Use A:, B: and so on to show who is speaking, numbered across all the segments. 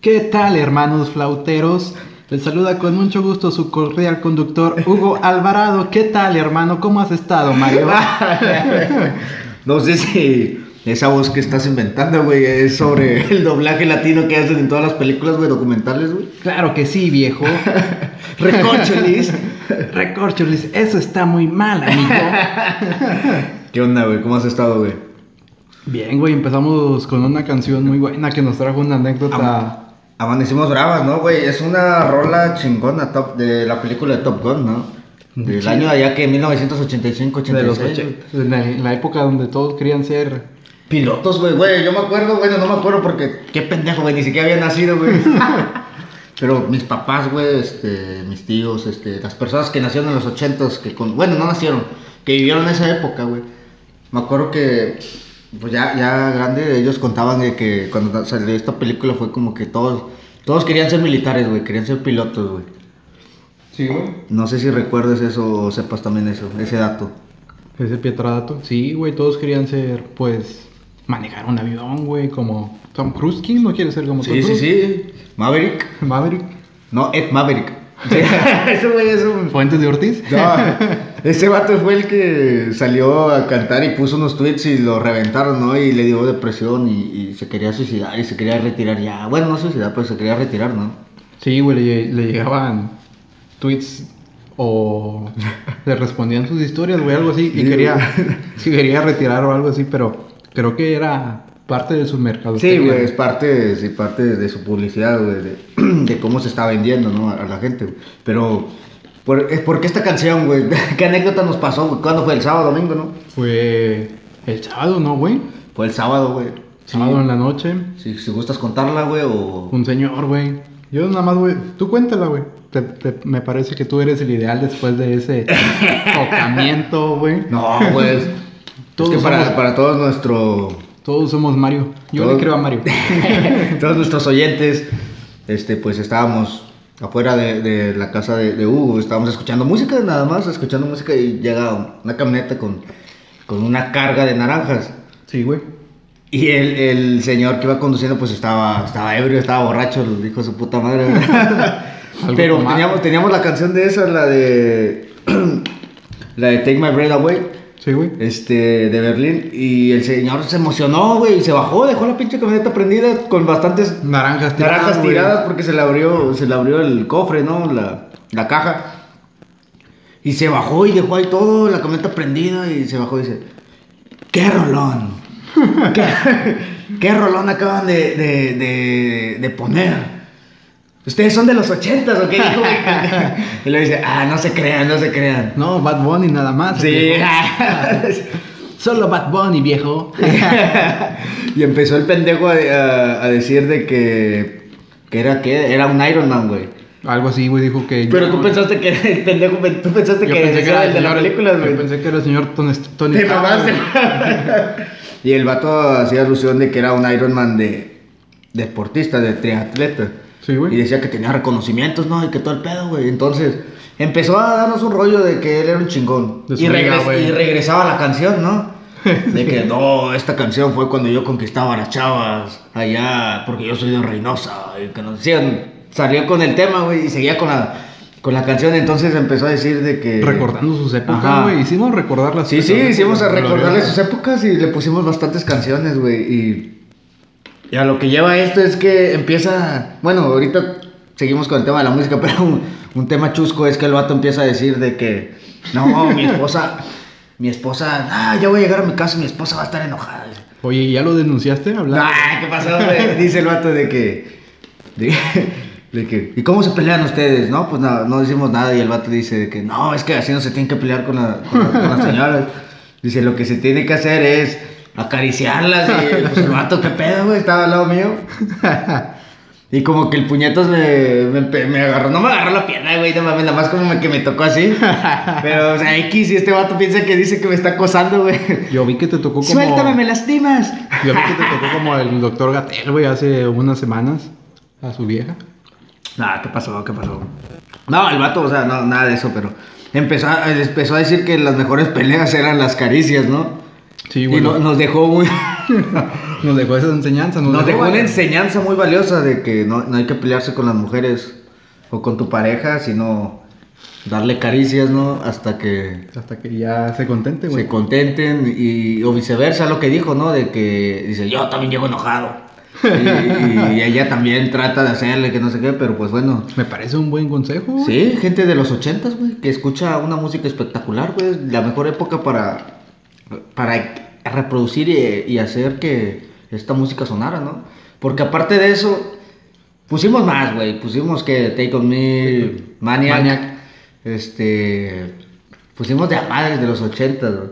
A: ¿Qué tal, hermanos flauteros? Les saluda con mucho gusto su cordial conductor Hugo Alvarado. ¿Qué tal, hermano? ¿Cómo has estado, Mario?
B: No sé si esa voz que estás inventando, güey, es sobre el doblaje latino que hacen en todas las películas, güey, documentales, güey.
A: Claro que sí, viejo.
B: Recorcholis.
A: Recorcholis, eso está muy mal, amigo.
B: ¿Qué onda, güey? ¿Cómo has estado, güey?
A: Bien, güey, empezamos con una canción muy buena que nos trajo una anécdota.
B: Amanecimos bravas, ¿no, güey? Es una rola chingona top de la película de Top Gun, ¿no? Del
A: Sí.
B: año allá que 1985, 86.
A: De los ochen- en la, en la época donde todos querían ser.
B: Pilotos, güey, güey, yo me acuerdo, bueno, no me acuerdo porque qué pendejo, güey, ni siquiera había nacido, güey. Pero mis papás, güey, este, mis tíos, este, las personas que nacieron en los ochentas, que con, bueno, no nacieron, que vivieron esa época, güey. Me acuerdo que, pues ya, ya grande, ellos contaban de que cuando salió esta película fue como que todos, todos querían ser militares, güey, querían ser pilotos, güey.
A: Sí, güey.
B: No sé si recuerdes eso o sepas también eso, ese dato.
A: Ese Pietradato. Sí, güey, todos querían ser, pues, manejar un avión, güey, como Tom Cruise. ¿Quién no quiere ser como Tom
B: Sí, sí,
A: Cruise?
B: sí. Maverick.
A: Maverick.
B: No, Ed Maverick. ese güey es un
A: Fuentes de Ortiz.
B: No, ese vato fue el que salió a cantar y puso unos tweets y lo reventaron, ¿no? Y le dio depresión y, y se quería suicidar y se quería retirar ya. Bueno, no suicidar, pero se quería retirar, ¿no?
A: Sí, güey, le, le llegaban tweets o le respondían sus historias, güey, algo así. Y
B: Sí,
A: quería,
B: güey.
A: si quería retirar o algo así, pero creo que era parte de su mercado.
B: Sí, güey, es parte, sí, parte de su publicidad, güey, de, de cómo se está vendiendo, ¿no? A, a la gente. güey. Pero, ¿por, es- por qué esta canción, güey? ¿Qué anécdota nos pasó? güey? ¿Cuándo fue? ¿El sábado, domingo, no?
A: Fue el sábado, ¿no, güey?
B: Fue el sábado, güey.
A: Sábado en la noche.
B: Si, si gustas contarla, güey, o...
A: Un señor, güey. Yo nada más, güey. Tú cuéntala, güey. Te- te- me parece que tú eres el ideal después de ese tocamiento, güey.
B: No, güey. es- es
A: Todos
B: que para,
A: somos-
B: para todo nuestro...
A: Todos somos Mario. Yo
B: Todos-
A: le creo a Mario.
B: todos nuestros oyentes, este, pues estábamos afuera de, de la casa de, de Hugo, estábamos escuchando música nada más, escuchando música y llega una camioneta con, con una carga de naranjas.
A: Sí, güey.
B: Y el, el señor que iba conduciendo pues estaba, estaba ebrio, estaba borracho, lo dijo su puta madre.
A: Algo
B: Pero
A: tomado.
B: teníamos, teníamos la canción de esa, la de... la de Take My Breath Away
A: Sí, güey.
B: este, de Berlín y el señor se emocionó, güey, y se bajó, dejó la pinche camioneta prendida con bastantes
A: Naranjas tiradas.
B: naranjas
A: Ah, güey.
B: tiradas porque se le abrió, se le abrió el cofre, ¿no? La, la caja. Y se bajó y dejó ahí todo, la camioneta prendida y se bajó y dice, ¡qué rolón! ¿Qué, qué rolón acaban de, de, de, de poner? Ustedes son de los ochentas, ¿o qué? Dijo, güey. y le dice, ah, no se crean, no se crean.
A: No, Bad Bunny nada más.
B: Sí.
A: viejo. Solo Bad Bunny, viejo.
B: y empezó el pendejo a, a- a decir de que, que era que era un Iron Man, güey.
A: Algo así, güey, dijo que.
B: Pero tú pensaste que el pendejo, tú pensaste
A: Yo
B: que,
A: pensé que
B: era
A: era
B: el de las
A: señor-
B: películas,
A: Yo
B: güey.
A: pensé que era el señor Tony. Tony
B: Te
A: Stark,
B: mamaste.
A: güey.
B: y el vato hacía alusión de que era un Iron Man de deportista, de triatleta.
A: Sí, güey.
B: Y decía que tenía reconocimientos, ¿no? Y que todo el pedo, güey. Entonces, empezó a darnos un rollo de que él era un chingón.
A: De su
B: y,
A: liga,
B: regres-
A: güey.
B: y regresaba la canción, ¿no? De que no, esta canción fue cuando yo conquistaba a las chavas allá, porque yo soy de Reynosa. Y que nos decían, salió con el tema, güey, y seguía con la, con la canción. Entonces empezó a decir de que.
A: Recordando sus
B: este, Ajá.
A: épocas, güey. Hicimos recordar las
B: Sí, sí,
A: épocas,
B: hicimos a
A: güey.
B: recordarle sus épocas y le pusimos bastantes canciones, güey. Y, y a lo que lleva esto es que empieza. Bueno, ahorita seguimos con el tema de la música, pero un, un tema chusco es que el vato empieza a decir de que. No, mi esposa. Mi esposa. Ah, ya voy a llegar a mi casa y mi esposa va a estar enojada.
A: Oye, ¿y ¿ya lo denunciaste? Hablando.
B: Ah, ¿qué pasó, güey? Dice el vato de que. De, de que. ¿Y cómo se pelean ustedes? No, pues no, no decimos nada. Y el vato dice de que no, es que así no se tienen que pelear con, la, con, la- con las señoras. Dice, lo que se tiene que hacer es acariciarlas. Y pues el vato, ¿qué pedo, güey? Estaba al lado mío. Y como que el puñetas me, me, empe- me agarró, no me agarró la pierna, güey, no mames, nada más como me- que me tocó así. Pero, o sea, X, y este vato piensa que dice que me está acosando, güey.
A: Yo vi que te tocó como.
B: Suéltame, me lastimas.
A: Yo vi que te tocó como el doctor Gatel, güey, hace unas semanas. A su vieja.
B: Nah, Ah, ¿qué pasó? ¿Qué pasó? No, el vato, o sea, no, nada de eso, pero empezó a, empezó a decir que las mejores peleas eran las caricias, ¿no?
A: Sí,
B: Y
A: bueno.
B: no- nos dejó muy...
A: Nos dejó esa enseñanza.
B: Nos dejó una
A: varias.
B: enseñanza muy valiosa de que no, no hay que pelearse con las mujeres o con tu pareja, sino darle caricias, ¿no? Hasta que
A: Hasta que ya se contente,
B: se
A: güey.
B: contenten y o viceversa lo que dijo, ¿no? De que dice, yo también llego enojado. Y, y ella también trata de hacerle que no sé qué, pero pues bueno.
A: Me parece un buen consejo. güey.
B: Sí, gente de los ochentas, güey, que escucha una música espectacular, güey. La mejor época para, para reproducir y, y hacer que esta música sonara, ¿no? Porque aparte de eso, pusimos más, güey. Pusimos que Take On Me, Maniac,
A: Maniac.
B: este... Pusimos de a madres de los ochentas, güey.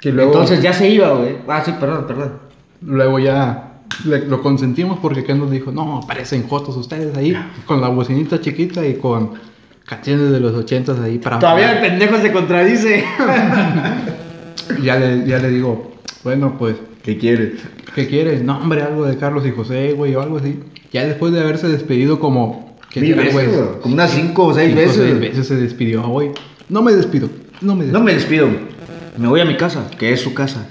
A: Que luego,
B: Entonces ya se iba, güey. Ah, sí, perdón, perdón.
A: luego ya le- lo consentimos porque Ken nos dijo, no, parecen jotos ustedes ahí, con la bocinita chiquita y con canciones de los ochentas ahí para...
B: Todavía el pendejo se contradice.
A: Ya le, ya le digo, bueno, pues,
B: ¿Qué quieres?
A: ¿qué quieres? No, hombre, algo de Carlos y José, güey, o algo así. Ya después de haberse despedido como... ¿qué
B: Mil
A: será,
B: veces,
A: güey?
B: güey. Como unas cinco o seis
A: Cinco,
B: veces.
A: seis veces se despidió, güey. No me despido, no me
B: No
A: despido.
B: me despido. Me voy a mi casa, que es su casa.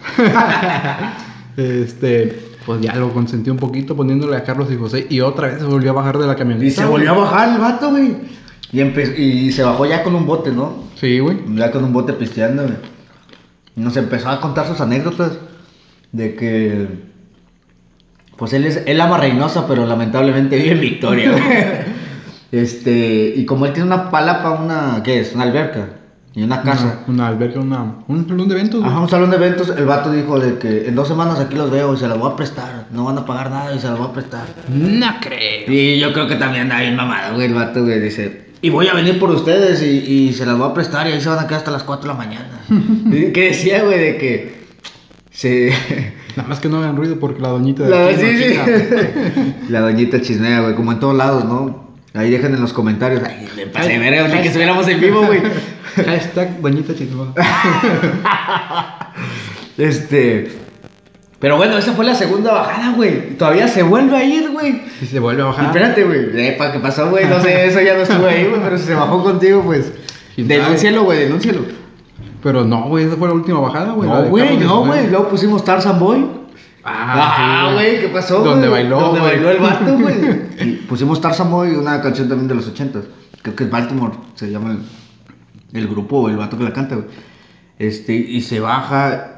A: Este, pues ya lo consentí un poquito poniéndole a Carlos y José y otra vez se volvió a bajar de la camioneta.
B: Y se
A: güey.
B: volvió a bajar el vato, güey. Y, empe- y se bajó ya con un bote, ¿no?
A: Sí, güey.
B: Ya con un bote pisteando, güey. Y Nos empezó a contar sus anécdotas de que. Pues él, es, él ama Reynosa, pero lamentablemente vive en Victoria, güey. Este, y como él tiene una palapa, una. ¿Qué es? Una alberca y una casa.
A: Una, una alberca, una, un salón de eventos, güey.
B: Ajá, un salón de eventos, el vato dijo de que en dos semanas aquí los veo y se las voy a prestar. No van a pagar nada y se las voy a prestar.
A: No creo.
B: Y yo creo que también anda bien mamado, güey, el vato, güey, dice, y voy a venir por ustedes y, y se las voy a prestar y ahí se van a quedar hasta las 4 de la mañana. ¿Y ¿Qué decía, güey, de que se...
A: Nada más que no hagan ruido porque la doñita de
B: La,
A: aquí no
B: sí, sí.
A: quita.
B: la doñita chismea, güey, como en todos lados, ¿no? Ahí dejen en los comentarios, ay, le pasé, verga, ni que estuviéramos en vivo, güey.
A: Hashtag doñita chismosa.
B: Este... Pero bueno, esa fue la segunda bajada, güey. Todavía se vuelve a ir, güey.
A: Y se vuelve a
B: Y
A: bajar.
B: Espérate, güey. Epa, ¿qué pasó, güey? No sé, eso ya no estuve ahí, güey, pero si se bajó contigo, pues.
A: ¿Quién sabe?
B: Denúncialo, güey, denúncialo.
A: Pero no, güey, esa fue la última bajada, güey. la
B: No,
A: de
B: güey,
A: Carlos y
B: no,
A: José.
B: güey. Luego pusimos Tarzan Boy.
A: Ah, sí,
B: güey, ¿qué pasó? güey?
A: Donde bailó.
B: Donde
A: güey.
B: bailó el vato, güey. Y pusimos Tarzan Boy, una canción también de los ochentas. Creo que es Baltimore, se llama el, el grupo o el vato que la canta, güey. Este, y se baja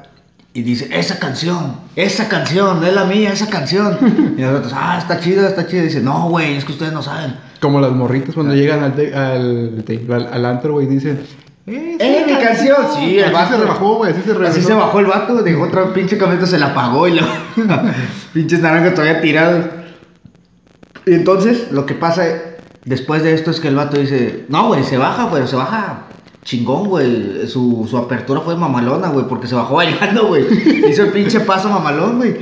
B: y dice, esa canción, esa canción, es la mía, esa canción. Y nosotros, ah, está chida, está chida. Y dice, no, güey, es que ustedes no saben.
A: Como las morritas
B: Ah,
A: cuando llegan al, te- al, te- al, al antro, güey, dicen... ¡Eh,
B: ¡Eh, mi canción! Sí, el
A: así
B: vato.
A: se rebajó, güey, así se rebajó.
B: Así se bajó el vato, dejó otra pinche camioneta, se la pagó y la pinches naranjas todavía tirados. Y entonces, lo que pasa después de esto es que el vato dice, no, güey, se baja, pero se baja chingón, güey. Su, su apertura fue mamalona, güey, porque se bajó bailando, güey. Hizo el pinche paso mamalón, güey.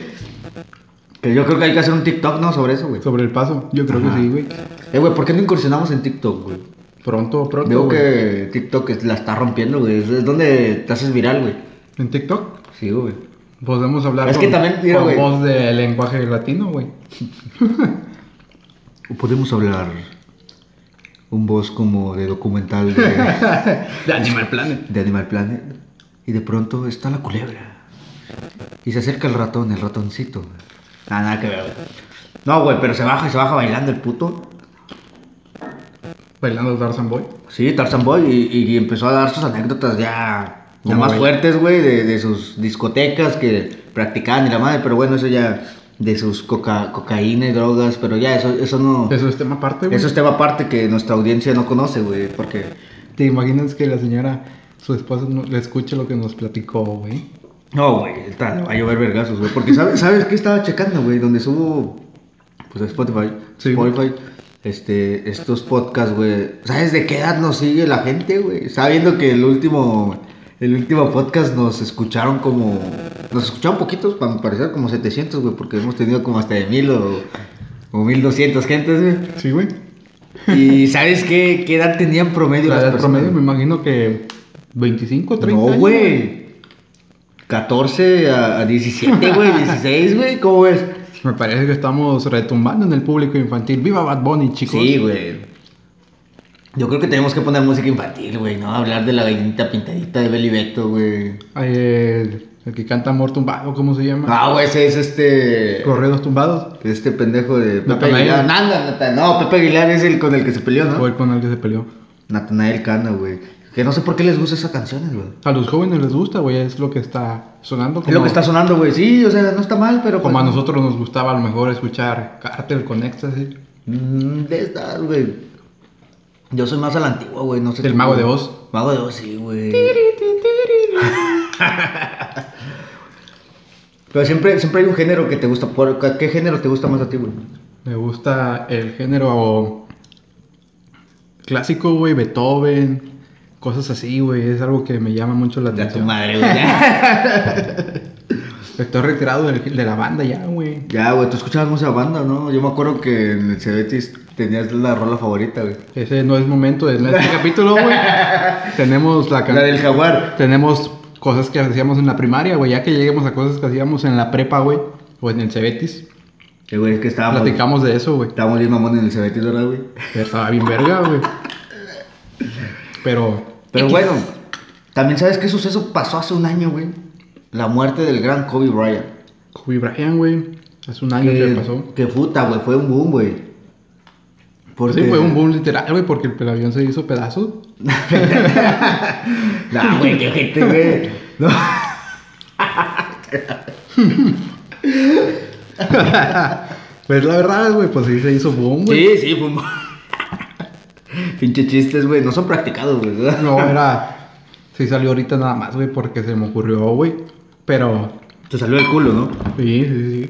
B: Que yo creo que hay que hacer un TikTok, ¿no? Sobre eso, güey.
A: Sobre el paso, yo creo
B: Ajá.
A: que sí, güey.
B: Eh, güey, ¿por qué no incursionamos en TikTok, güey?
A: Pronto, pronto,
B: Veo
A: güey.
B: que TikTok la está rompiendo, güey. Es es donde te haces viral, güey.
A: ¿En TikTok?
B: Sí, güey.
A: Podemos hablar
B: Es que también, mira,
A: con
B: güey.
A: voz de lenguaje latino, güey.
B: Podemos hablar un voz como de documental de,
A: De Animal Planet.
B: de Animal Planet. Y de pronto está la culebra. Y se acerca el ratón, el ratoncito. Nada, nada que ver. güey. No, güey, pero se baja y se baja bailando el puto.
A: Bailando Tarzan Boy.
B: Sí, Tarzan Boy. Y, y empezó a dar sus anécdotas ya, ya
A: Como
B: más
A: baila.
B: fuertes, güey, de, de sus discotecas que practicaban y la madre. Pero bueno, eso ya de sus coca, cocaína y drogas. Pero ya, eso, eso no.
A: Eso es tema aparte, güey.
B: Oh. Eso es tema aparte que nuestra audiencia no conoce, güey, porque...
A: ¿Te imaginas que la señora, su esposa, no- le escuche lo que nos platicó, güey?
B: No, güey, está- va a llover vergazos, güey, porque ¿sabes, ¿sabes qué estaba checando, güey? Donde subo, pues, a Spotify,
A: Sí.
B: Spotify, este, estos podcasts, güey. ¿Sabes de qué edad nos sigue la gente, güey? Sabiendo que el último, el último podcast nos escucharon como... Nos escucharon poquitos, para mi parecer, como 700, güey, porque hemos tenido como hasta de 1000 o, o 1200 gentes, güey.
A: Sí, güey.
B: ¿Y sabes qué, qué edad tenían promedio
A: La
B: las
A: edad
B: personas?
A: promedio me imagino que 25, 30
B: No,
A: años,
B: güey. 14 a, a 17, güey. 16, güey. ¿Cómo ves?
A: Me parece que estamos retumbando en el público infantil. ¡Viva Bad Bunny, chicos!
B: Sí, güey. Yo creo que tenemos que poner música infantil, güey, ¿no? Hablar de la gallinita pintadita de Belibeto, güey.
A: Eh, El que canta Amor Tumbado, ¿cómo se llama?
B: Ah, güey, ese es este.
A: Correos Tumbados.
B: Este pendejo de Pepe
A: Natanael.
B: Aguilar. No, no, Nata- no, Pepe Aguilar es el con el que se peleó,
A: Fue
B: ¿no?
A: el con el que se peleó.
B: Natanael Cano, güey. Que no sé por qué les gusta esas canciones, güey.
A: A los jóvenes les gusta, güey, es lo que está sonando.
B: Es lo que está sonando, güey. Sí, o sea, no está mal, pero.
A: Como a
B: pues,
A: nosotros nos gustaba a lo mejor escuchar Cartel con Éxtasis,
B: mm, De estar, güey. Yo soy más a la antigua, güey. No sé.
A: El
B: tú,
A: Mago
B: güey.
A: de Oz.
B: Mago de Oz, sí, güey. Pero siempre, siempre hay un género que te gusta. ¿Por- ¿Qué qué género te gusta más a ti, güey?
A: Me gusta el género clásico, güey, Beethoven, cosas así, güey, es algo que me llama mucho la
B: De tu
A: atención.
B: madre, güey. Ya,
A: Estoy retirado del- de la banda ya, güey.
B: Ya, güey, tú escuchabas mucha banda, ¿no? Yo me acuerdo que en el Cebetis tenías la rola favorita, güey.
A: Ese no es momento de este capítulo, güey. Tenemos la
B: La del
A: canción.
B: jaguar.
A: Tenemos cosas que hacíamos en la primaria, güey, ya que lleguemos a cosas que hacíamos en la prepa, güey, o en el Cebetis.
B: Eh, güey, es que estábamos,
A: Platicamos de eso, güey.
B: estábamos bien mamón en el Cebetis, ¿verdad, güey?
A: Pero Estaba bien verga, güey. Pero
B: Pero bueno, también sabes qué suceso pasó hace un año, güey. La muerte del gran Kobe Bryant.
A: Kobe Bryant, güey, hace un año que pasó.
B: Que puta, güey, fue un boom, güey.
A: Sí, fue un boom literal, güey, porque el avión se hizo pedazos.
B: No, Ah, güey, qué gente, güey. No.
A: Pues la verdad, güey, pues sí se hizo boom, güey.
B: Sí, sí, fue un boom. Pinche chistes, güey. No son practicados, güey. ¿verdad?
A: No, era. Sí salió ahorita nada más, güey, porque se me ocurrió, güey. Pero.
B: Te salió el culo, ¿no?
A: Sí, sí, sí.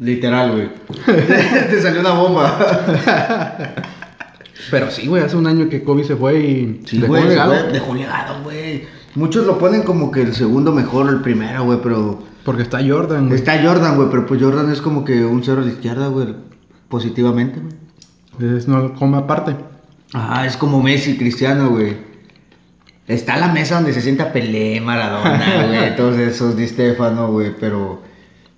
B: Literal, güey. Te salió una bomba.
A: Pero sí, güey, hace un año que Kobe se fue y.
B: Sí,
A: dejó
B: güey.
A: un
B: se
A: legado,
B: fue- Dejó un legado, güey. Muchos lo ponen como que el segundo mejor, el primero, güey, pero.
A: Porque está Jordan, güey.
B: Está Jordan, güey, pero pues Jordan es como que un cero a la izquierda, güey. Positivamente, güey.
A: Entonces no come aparte.
B: Ah, es como Messi, Cristiano, güey. Está la mesa donde se sienta Pelé, Maradona, güey, todos esos, Di Stefano, güey, pero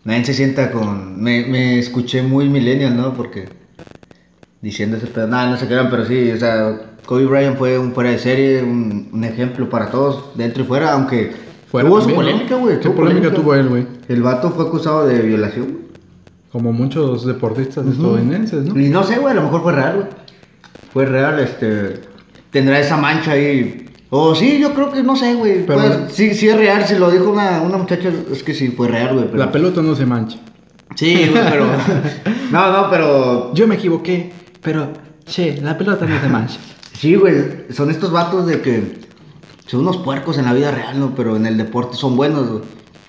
B: nadie se sienta con... Me, me escuché muy millennial, ¿no? Porque diciendo ese pedo, nada, no se crean, pero sí, o sea, Kobe Bryant fue un fuera de serie, un, un ejemplo para todos, dentro y fuera, aunque
A: Fuera
B: tuvo su
A: también, ¿no?
B: polémica, güey.
A: ¿Qué polémica tuvo él, güey?
B: El vato fue acusado de violación,
A: Como muchos deportistas estadounidenses, ¿no?
B: güey. Y no sé, güey, a lo mejor fue real, güey. Fue real, este. Tendrá esa mancha ahí. O sí, yo creo que no sé, güey.
A: Pero-
B: Pues, sí, sí es real, si lo dijo una, una muchacha, es que sí fue real, güey. pero-
A: La pelota no se mancha.
B: Sí, güey, pero. no, no, pero.
A: Yo me equivoqué, pero. Che, la pelota no se mancha.
B: Sí, güey, son estos vatos de que. Son unos puercos en la vida real, ¿no? Pero en el deporte son buenos, güey.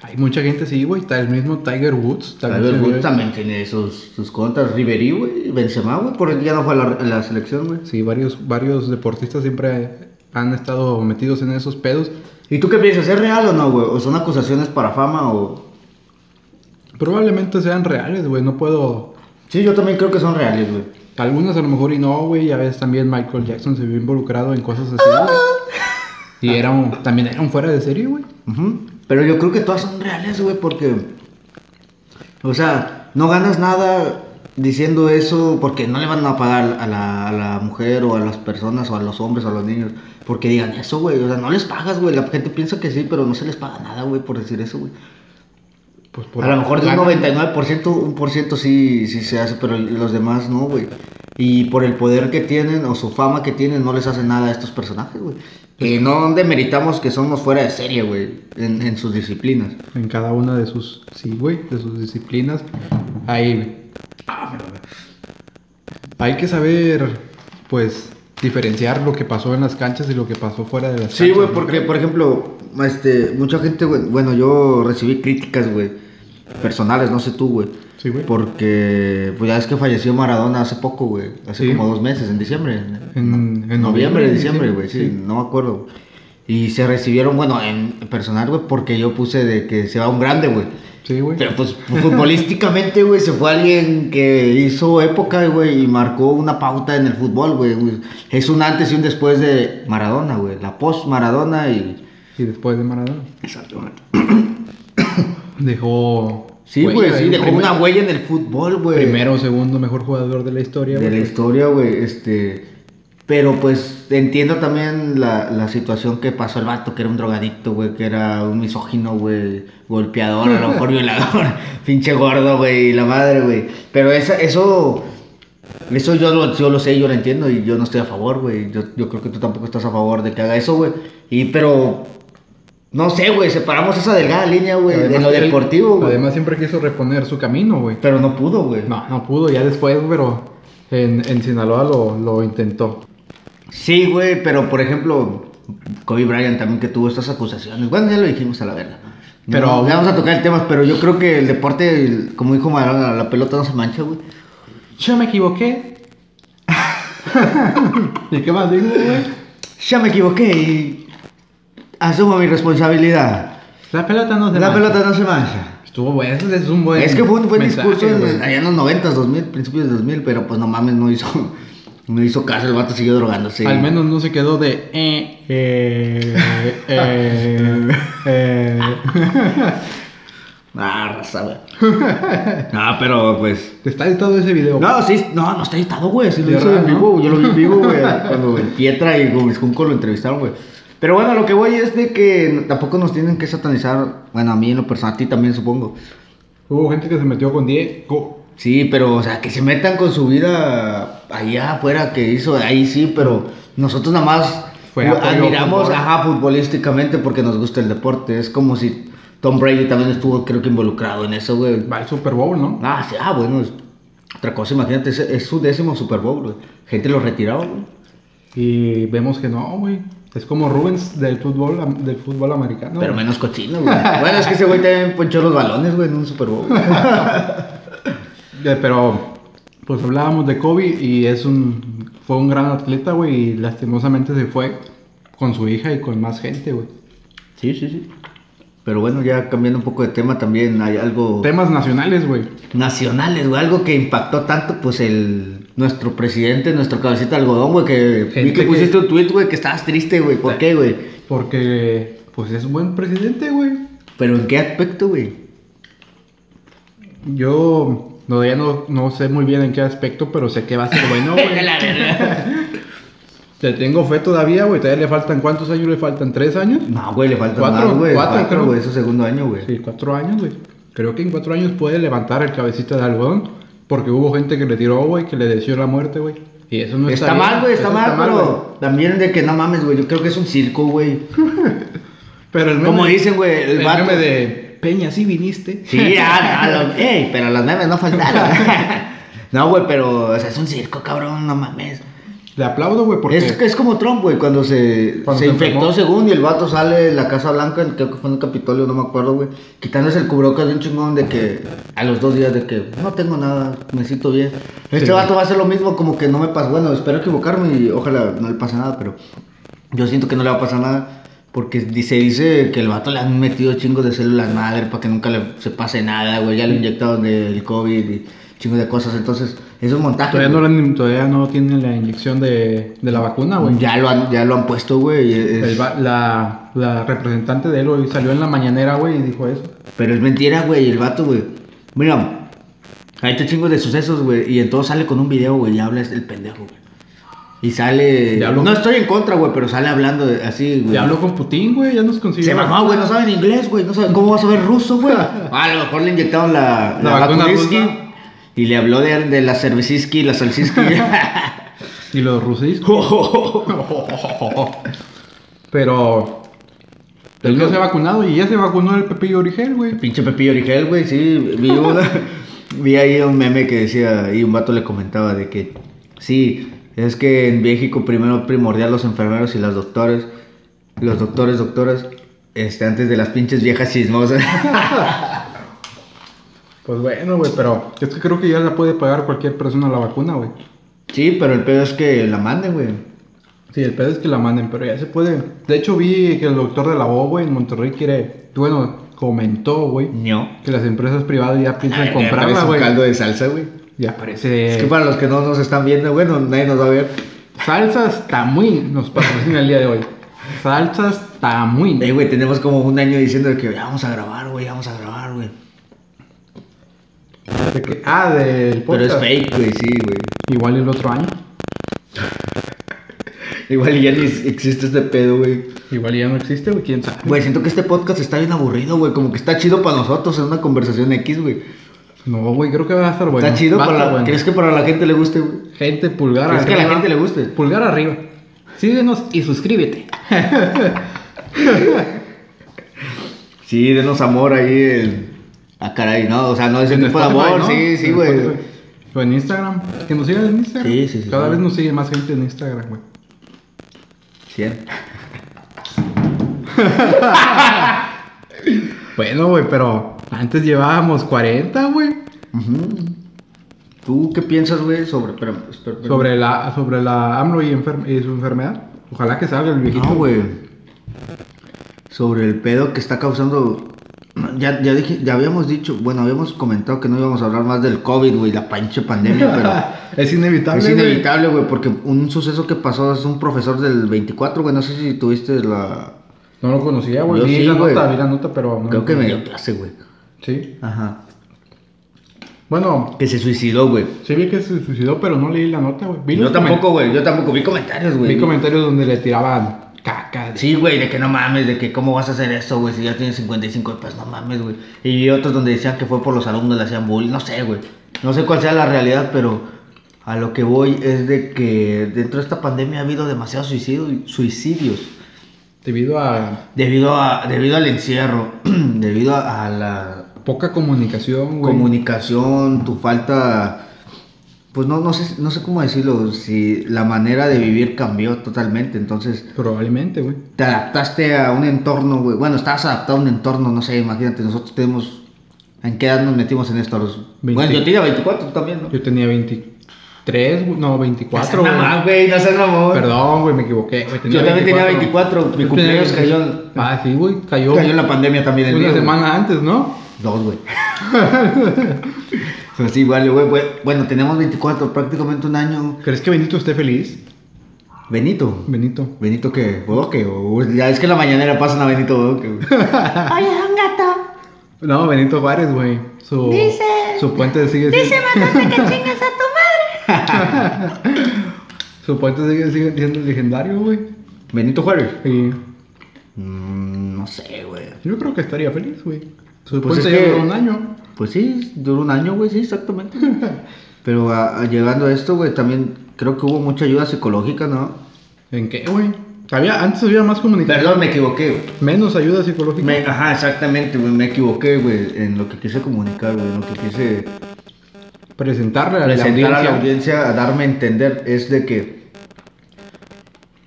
A: Hay mucha gente, sí, güey. Está el mismo Tiger Woods. también
B: Tiger
A: se
B: Woods
A: ve.
B: también tiene sus, sus contras. Ribery, güey, Benzema, güey. Por el ya no fue a la, a la selección, güey.
A: Sí, varios, varios deportistas siempre han estado metidos en esos pedos.
B: ¿Y tú qué piensas? ¿Es real o no, güey? ¿O son acusaciones para fama o.?
A: Probablemente sean reales, güey. No puedo.
B: Sí, yo también creo que son reales, güey.
A: Algunas a lo mejor y no, güey. Y a veces también Michael Jackson se vio involucrado en cosas así, güey. Y era un- también era un fuera de serie, güey.
B: Ujú. Pero yo creo que todas son reales, güey, porque. O sea, no ganas nada diciendo eso porque no le van a pagar a la, a la mujer o a las personas o a los hombres o a los niños porque digan eso, güey. O sea, no les pagas, güey. La gente piensa que sí, pero no se les paga nada, güey, por decir eso, güey.
A: Pues por-
B: A lo mejor de un
A: ganan-
B: 99%, un por ciento sí, sí se hace, pero los demás no, güey. Y por el poder que tienen o su fama que tienen, no les hace nada a estos personajes, güey. Que no demeritamos que somos fuera de serie, güey, en, en sus disciplinas.
A: En cada una de sus, sí, güey, de sus disciplinas. Hay, hay que saber, pues, diferenciar lo que pasó en las canchas y lo que pasó fuera de las
B: Sí,
A: canchas,
B: güey,
A: ¿no
B: porque,
A: crees?
B: por ejemplo, este, mucha gente, güey, bueno, yo recibí críticas, güey, personales, no sé tú, güey.
A: Sí, güey.
B: Porque, pues ya es que falleció Maradona hace poco, güey. Hace
A: Sí.
B: como dos meses, en diciembre.
A: En, en
B: En noviembre, diciembre,
A: sí,
B: güey, sí, no me acuerdo. Y se recibieron, bueno, en personal, güey, porque yo puse de que se va un grande, güey.
A: Sí, güey.
B: Pero pues futbolísticamente, güey, se fue alguien que hizo época, güey, y marcó una pauta en el fútbol, güey. Es un antes y un después de Maradona, güey. La post-Maradona y...
A: Y después de Maradona.
B: Exactamente.
A: Dejó.
B: Sí, güey,
A: huella,
B: sí,
A: el
B: dejó
A: primer-
B: una huella en el fútbol, güey.
A: Primero o segundo mejor jugador de la historia,
B: de
A: güey.
B: la historia, güey, este... Pero pues entiendo también la, la situación que pasó el vato, que era un drogadicto, güey, que era un misógino, güey, golpeador, a lo mejor violador, pinche gordo, güey, y la madre, güey. Pero esa, eso, eso yo lo, yo lo sé, yo lo entiendo y yo no estoy a favor, güey. Yo, yo creo que tú tampoco estás a favor de que haga eso, güey. Y pero, no sé, güey, separamos esa delgada línea, güey, de
A: Además
B: lo
A: que él-
B: deportivo, güey.
A: Además siempre quiso reponer su camino, güey.
B: Pero no pudo, güey.
A: No, no pudo, ya después, pero en, en Sinaloa lo, lo intentó.
B: Sí, güey, pero por ejemplo, Kobe Bryant también que tuvo estas acusaciones. Bueno, ya lo dijimos a la verga.
A: Pero-
B: Pero vamos a tocar el tema, pero yo creo que el deporte, el- como dijo Marón, la, la pelota no se mancha, güey.
A: Yo me equivoqué. ¿Y qué más digo, güey?
B: Ya me equivoqué y asumo mi responsabilidad.
A: La pelota no se
B: la
A: mancha.
B: pelota no se mancha.
A: Estuvo bueno, ese es un buen.
B: es que fue un buen
A: mensaje,
B: discurso en-
A: güey.
B: allá en los 90, 2000, principios de 2000, pero pues no mames, no hizo, no hizo caso, el vato siguió drogándose.
A: Al menos no se quedó de. Eh, eh, eh, eh.
B: Ah, raza, güey. Ah, pero pues...
A: Está editado ese video.
B: No, sí, no, no está editado, güey. Sí lo
A: De
B: hizo en
A: verdad,
B: vivo, güey, yo lo vi en vivo, güey. cuando el Pietra y Gómez Junco lo entrevistaron, güey. Pero bueno, lo que voy es de que tampoco nos tienen que satanizar. Bueno, a mí en lo personal, a ti también supongo.
A: Hubo gente que se metió con 10. co-
B: Sí, pero, o sea, que se metan con su vida allá afuera que hizo, ahí sí, pero nosotros nada más
A: Fue
B: lo
A: apoyo
B: admiramos,
A: fútbol.
B: ajá, futbolísticamente porque nos gusta el deporte. Es como si Tom Brady también estuvo, creo que, involucrado en eso, güey.
A: Va al Super Bowl, ¿no?
B: Ah, sí, ah, bueno, es- otra cosa, imagínate, es, es su décimo Super Bowl, güey. Gente lo retiraba, güey.
A: Y vemos que no, güey. Es como Rubens del fútbol, am- del fútbol americano.
B: Pero
A: güey.
B: menos cochino, güey. bueno, es que ese güey también ponchó los balones, güey, en un Super Bowl.
A: Eh, pero, pues hablábamos de Kobe y es un, fue un gran atleta, güey. Y lastimosamente se fue con su hija y con más gente, güey.
B: sí, sí, sí. Pero bueno, ya cambiando un poco de tema también, hay algo
A: Temas nacionales, güey.
B: nacionales, güey, algo que impactó tanto, pues el nuestro presidente, nuestro cabecita de algodón, güey, que vi
A: Gente
B: que
A: que-
B: pusiste un tweet, güey, que estabas triste, güey. ¿Por qué, güey?
A: Porque, pues es un buen presidente, güey.
B: Pero en qué aspecto, güey?
A: Yo no, ya no, no sé muy bien en qué aspecto, pero sé que va a ser bueno, güey.
B: La verdad.
A: Te tengo fe todavía, güey. Todavía le faltan, ¿cuántos años le faltan? ¿Tres años?
B: No, güey, le falta
A: Cuatro,
B: más, güey.
A: cuatro, creo.
B: güey, es su segundo año, güey.
A: Sí, cuatro años, güey. Creo que en cuatro años puede levantar el cabecita de algodón. Porque hubo gente que le tiró, güey, que le deseó la muerte, güey. Y eso no
B: está
A: bien,
B: mal, güey, está
A: eso
B: mal,
A: güey.
B: pero también de que no mames, güey. Yo creo que es un circo, güey.
A: Pero el meme-
B: Como dicen, güey, el
A: el
B: vato.
A: meme de Peña, sí viniste.
B: Sí, ya, ya, lo- ey, pero las memes no faltaron. no, güey, pero, o sea, es un circo, cabrón, no mames.
A: Le aplaudo, güey, porque.
B: Es, que es como Trump, güey, cuando se,
A: Cuando
B: se
A: se
B: infectó
A: enfermó.
B: según y el vato sale de la Casa Blanca, creo que fue en el Capitolio, no me acuerdo, güey, quitándose el cubrebocas bien chingón de que a los dos días de que no tengo nada, me siento bien. Este
A: Sí.
B: vato va a hacer lo mismo, como que no me pasa, bueno, espero equivocarme y ojalá no le pase nada, pero yo siento que no le va a pasar nada. Porque dice, dice que el vato le han metido chingos de células madre para que nunca le, se pase nada, güey. Ya le inyectaron del COVID y chingos de cosas. Entonces, es un montaje.
A: Todavía no,
B: güey.
A: le han- todavía no tienen la inyección de, de la vacuna, güey.
B: Ya lo han, ya lo han puesto, güey. es-
A: El va- la, la representante de él hoy salió en la mañanera, güey, y dijo eso.
B: Pero es mentira, güey, el vato, güey. Mira, hay este chingo de sucesos, güey. Y en todo sale con un video, güey, y habla el pendejo, güey. Y sale.
A: Ya habló.
B: No estoy en contra, güey, pero sale hablando de- así, güey.
A: Ya habló con Putin, güey, ya nos consiguió.
B: Se
A: la-
B: mamó, güey, no saben inglés, güey. No saben cómo vas a saber ruso, güey. Ah, a lo mejor le inyectaron la,
A: La vacuna
B: Vakunisky
A: rusa.
B: Y le habló de, de la cervisiski y la salsiski.
A: Y los rusis. oh, Pero. Él no se ha vacunado y ya se vacunó el Pepillo Origel, güey.
B: Pinche Pepillo Origel, güey, sí, vi una- vi ahí un meme que decía, y un vato le comentaba de que, sí, es que en México primero primordial los enfermeros y las doctores, los doctores, doctoras, este, antes de las pinches viejas chismosas.
A: Pues bueno, güey, pero es que creo que ya la puede pagar cualquier persona la vacuna, güey.
B: sí, pero el pedo es que la manden, güey.
A: Sí, el pedo es que la manden, pero ya se puede. De hecho, vi que el doctor de la O, güey, en Monterrey quiere. Bueno, comentó, güey,
B: No.
A: que las empresas privadas ya piensan
B: Es
A: comprarla,
B: un
A: güey.
B: caldo de salsa, güey.
A: Ya aparece.
B: Es que para los que no nos están viendo, bueno, nadie nos va a ver.
A: Salsas Tamuín nos patrocina el día de hoy. Salsas Tamuín.
B: Eh, güey, tenemos como un año diciendo que "Ya vamos a grabar, güey, ya vamos a grabar, güey.
A: De que- ah, del
B: Pero es
A: podcast.
B: fake, güey, sí, güey.
A: Igual el otro año.
B: Igual ya ni existe este pedo, güey.
A: Igual ya no existe, güey, quién sabe.
B: Güey, siento que este podcast está bien aburrido, güey. Como que está chido para nosotros en una conversación X, güey.
A: No, güey, creo que va a estar bueno.
B: está chido
A: Va a
B: para la...
A: estar bueno.
B: ¿Crees que para la gente le guste, güey?
A: Gente, pulgar
B: ¿Crees que a
A: arriba.
B: la gente le guste?
A: Pulgar arriba. Síguenos y suscríbete.
B: Sí, denos amor ahí el... Ah, caray, no, o sea, no es el
A: En
B: tipo de
A: Spotify,
B: amor,
A: ¿no?
B: sí, sí,
A: En
B: güey.
A: Spotify. O en Instagram. Que nos sigan en Instagram.
B: Sí, sí, sí,
A: Cada
B: sí.
A: vez nos sigue más gente en Instagram, güey.
B: Cien.
A: Bueno, güey, pero antes llevábamos 40, güey.
B: Ujú. ¿Tú qué piensas, güey, sobre... espérame, espérame, espérame.
A: Sobre la, sobre la AMLO y, enfer- y su enfermedad. Ojalá que salga el viejito.
B: No, güey. Sobre el pedo que está causando. Ya, ya, dije, ya habíamos dicho, bueno, habíamos comentado que no íbamos a hablar más del COVID, güey, la pinche pandemia,
A: es
B: pero
A: inevitable.
B: es
A: güey.
B: inevitable, güey, porque un suceso que pasó es un profesor del 24, güey, no sé si tuviste la...
A: No lo conocía, güey.
B: Yo
A: Vi
B: sí,
A: la
B: güey.
A: nota, vi la nota, pero no.
B: Creo que me dio clase, güey.
A: Sí.
B: Ajá.
A: Bueno,
B: Que se suicidó, güey.
A: sí vi que se suicidó, pero no leí la nota, güey. Vi
B: Yo
A: los
B: tampoco, güey, yo tampoco, vi comentarios,
A: comen- Vi
B: güey.
A: comentarios donde le tiraban caca.
B: Sí, güey, de que no mames, de que cómo vas a hacer eso, güey, si ya tienes 55, pues no mames, güey. Y otros donde decían que fue por los alumnos, le hacían bullying, no sé, güey. No sé cuál sea la realidad, pero a lo que voy es de que dentro de esta pandemia ha habido demasiados suicidio- suicidios.
A: Debido a
B: Debido, a, debido al encierro, debido a, a la
A: poca comunicación, güey.
B: comunicación, tu falta... Pues no, no, sé, no sé cómo decirlo, si la manera de vivir cambió totalmente, entonces...
A: Probablemente, güey.
B: te adaptaste a un entorno, güey. Bueno, estabas adaptado a un entorno, no sé, imagínate, nosotros tenemos... ¿En qué edad nos metimos en esto? A los-
A: 20.
B: Bueno, yo tenía 24 tú también, ¿no?
A: Yo tenía 23, güey, no, 24,
B: No seas mamá, güey, no seas mamón.
A: Perdón, güey, me equivoqué. güey,
B: Yo también tenía 24, mi
A: Yo
B: cumpleaños
A: tenía
B: cayó...
A: 23. Ah, sí, güey, cayó,
B: Cayó la pandemia también el
A: una
B: mío, güey.
A: semana antes, ¿no?
B: Dos, güey. Pero sí, igual, güey, güey. Bueno, tenemos 24, prácticamente un año.
A: ¿Crees que Benito esté feliz?
B: Benito.
A: Benito.
B: Benito que... Bodoque, o... Ya es que en la mañanera pasan a Benito Bodoque, güey.
C: Oye, un gato.
A: No, Benito Juárez, güey. Su,
C: Dice-
A: su puente sigue siendo.
C: Dice Matata que chingas a tu madre.
A: Su puente sigue, sigue siendo legendario, güey.
B: Benito Juárez.
A: Y
B: Mm, no sé, güey.
A: yo creo que estaría feliz, güey. Su
B: Pues
A: puente
B: es
A: ya
B: que-
A: duró un año.
B: Pues sí, duró un año, güey, sí, exactamente. Pero a- a- llegando a esto, güey, también creo que hubo mucha ayuda psicológica, ¿no?
A: ¿En qué, güey? Había, antes había más comunicación.
B: Perdón, me equivoqué. güey.
A: Menos ayuda psicológica.
B: Me- ajá, exactamente, güey, me equivoqué, güey, en lo que quise comunicar, güey, en lo que quise
A: Presentarle a la
B: presentar
A: audiencia.
B: a la audiencia, a darme a entender, es de que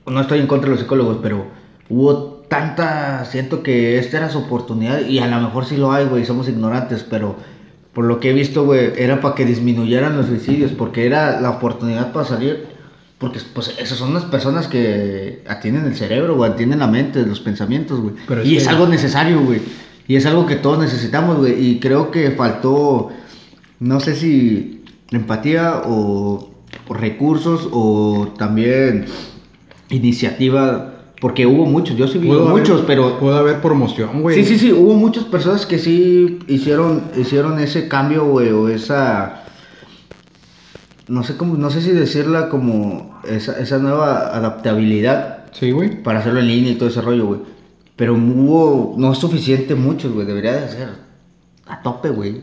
B: no estoy en contra de los psicólogos, pero hubo tanta, siento que esta era su oportunidad y a lo mejor sí lo hay, güey, somos ignorantes, pero por lo que he visto, güey, era para que disminuyeran los suicidios, porque era la oportunidad para salir. Porque, pues, esas son las personas que atienden el cerebro, güey, atienden la mente, los pensamientos, güey.
A: Pero es
B: Y
A: que-
B: es algo necesario, güey. Y es algo que todos necesitamos, güey. Y creo que faltó, no sé si empatía o, o recursos o también iniciativa, porque hubo muchos, yo sí vi
A: Pudo haber-
B: muchos, pero...
A: Pudo haber promoción, güey.
B: Sí, sí, sí, hubo muchas personas que sí hicieron, hicieron ese cambio, güey, o esa... No sé, cómo, no sé si decirla como esa, esa nueva adaptabilidad
A: Sí, güey.
B: para hacerlo en línea y todo ese rollo, güey. Pero hubo, no es suficiente muchos, güey. Debería de ser a tope, güey.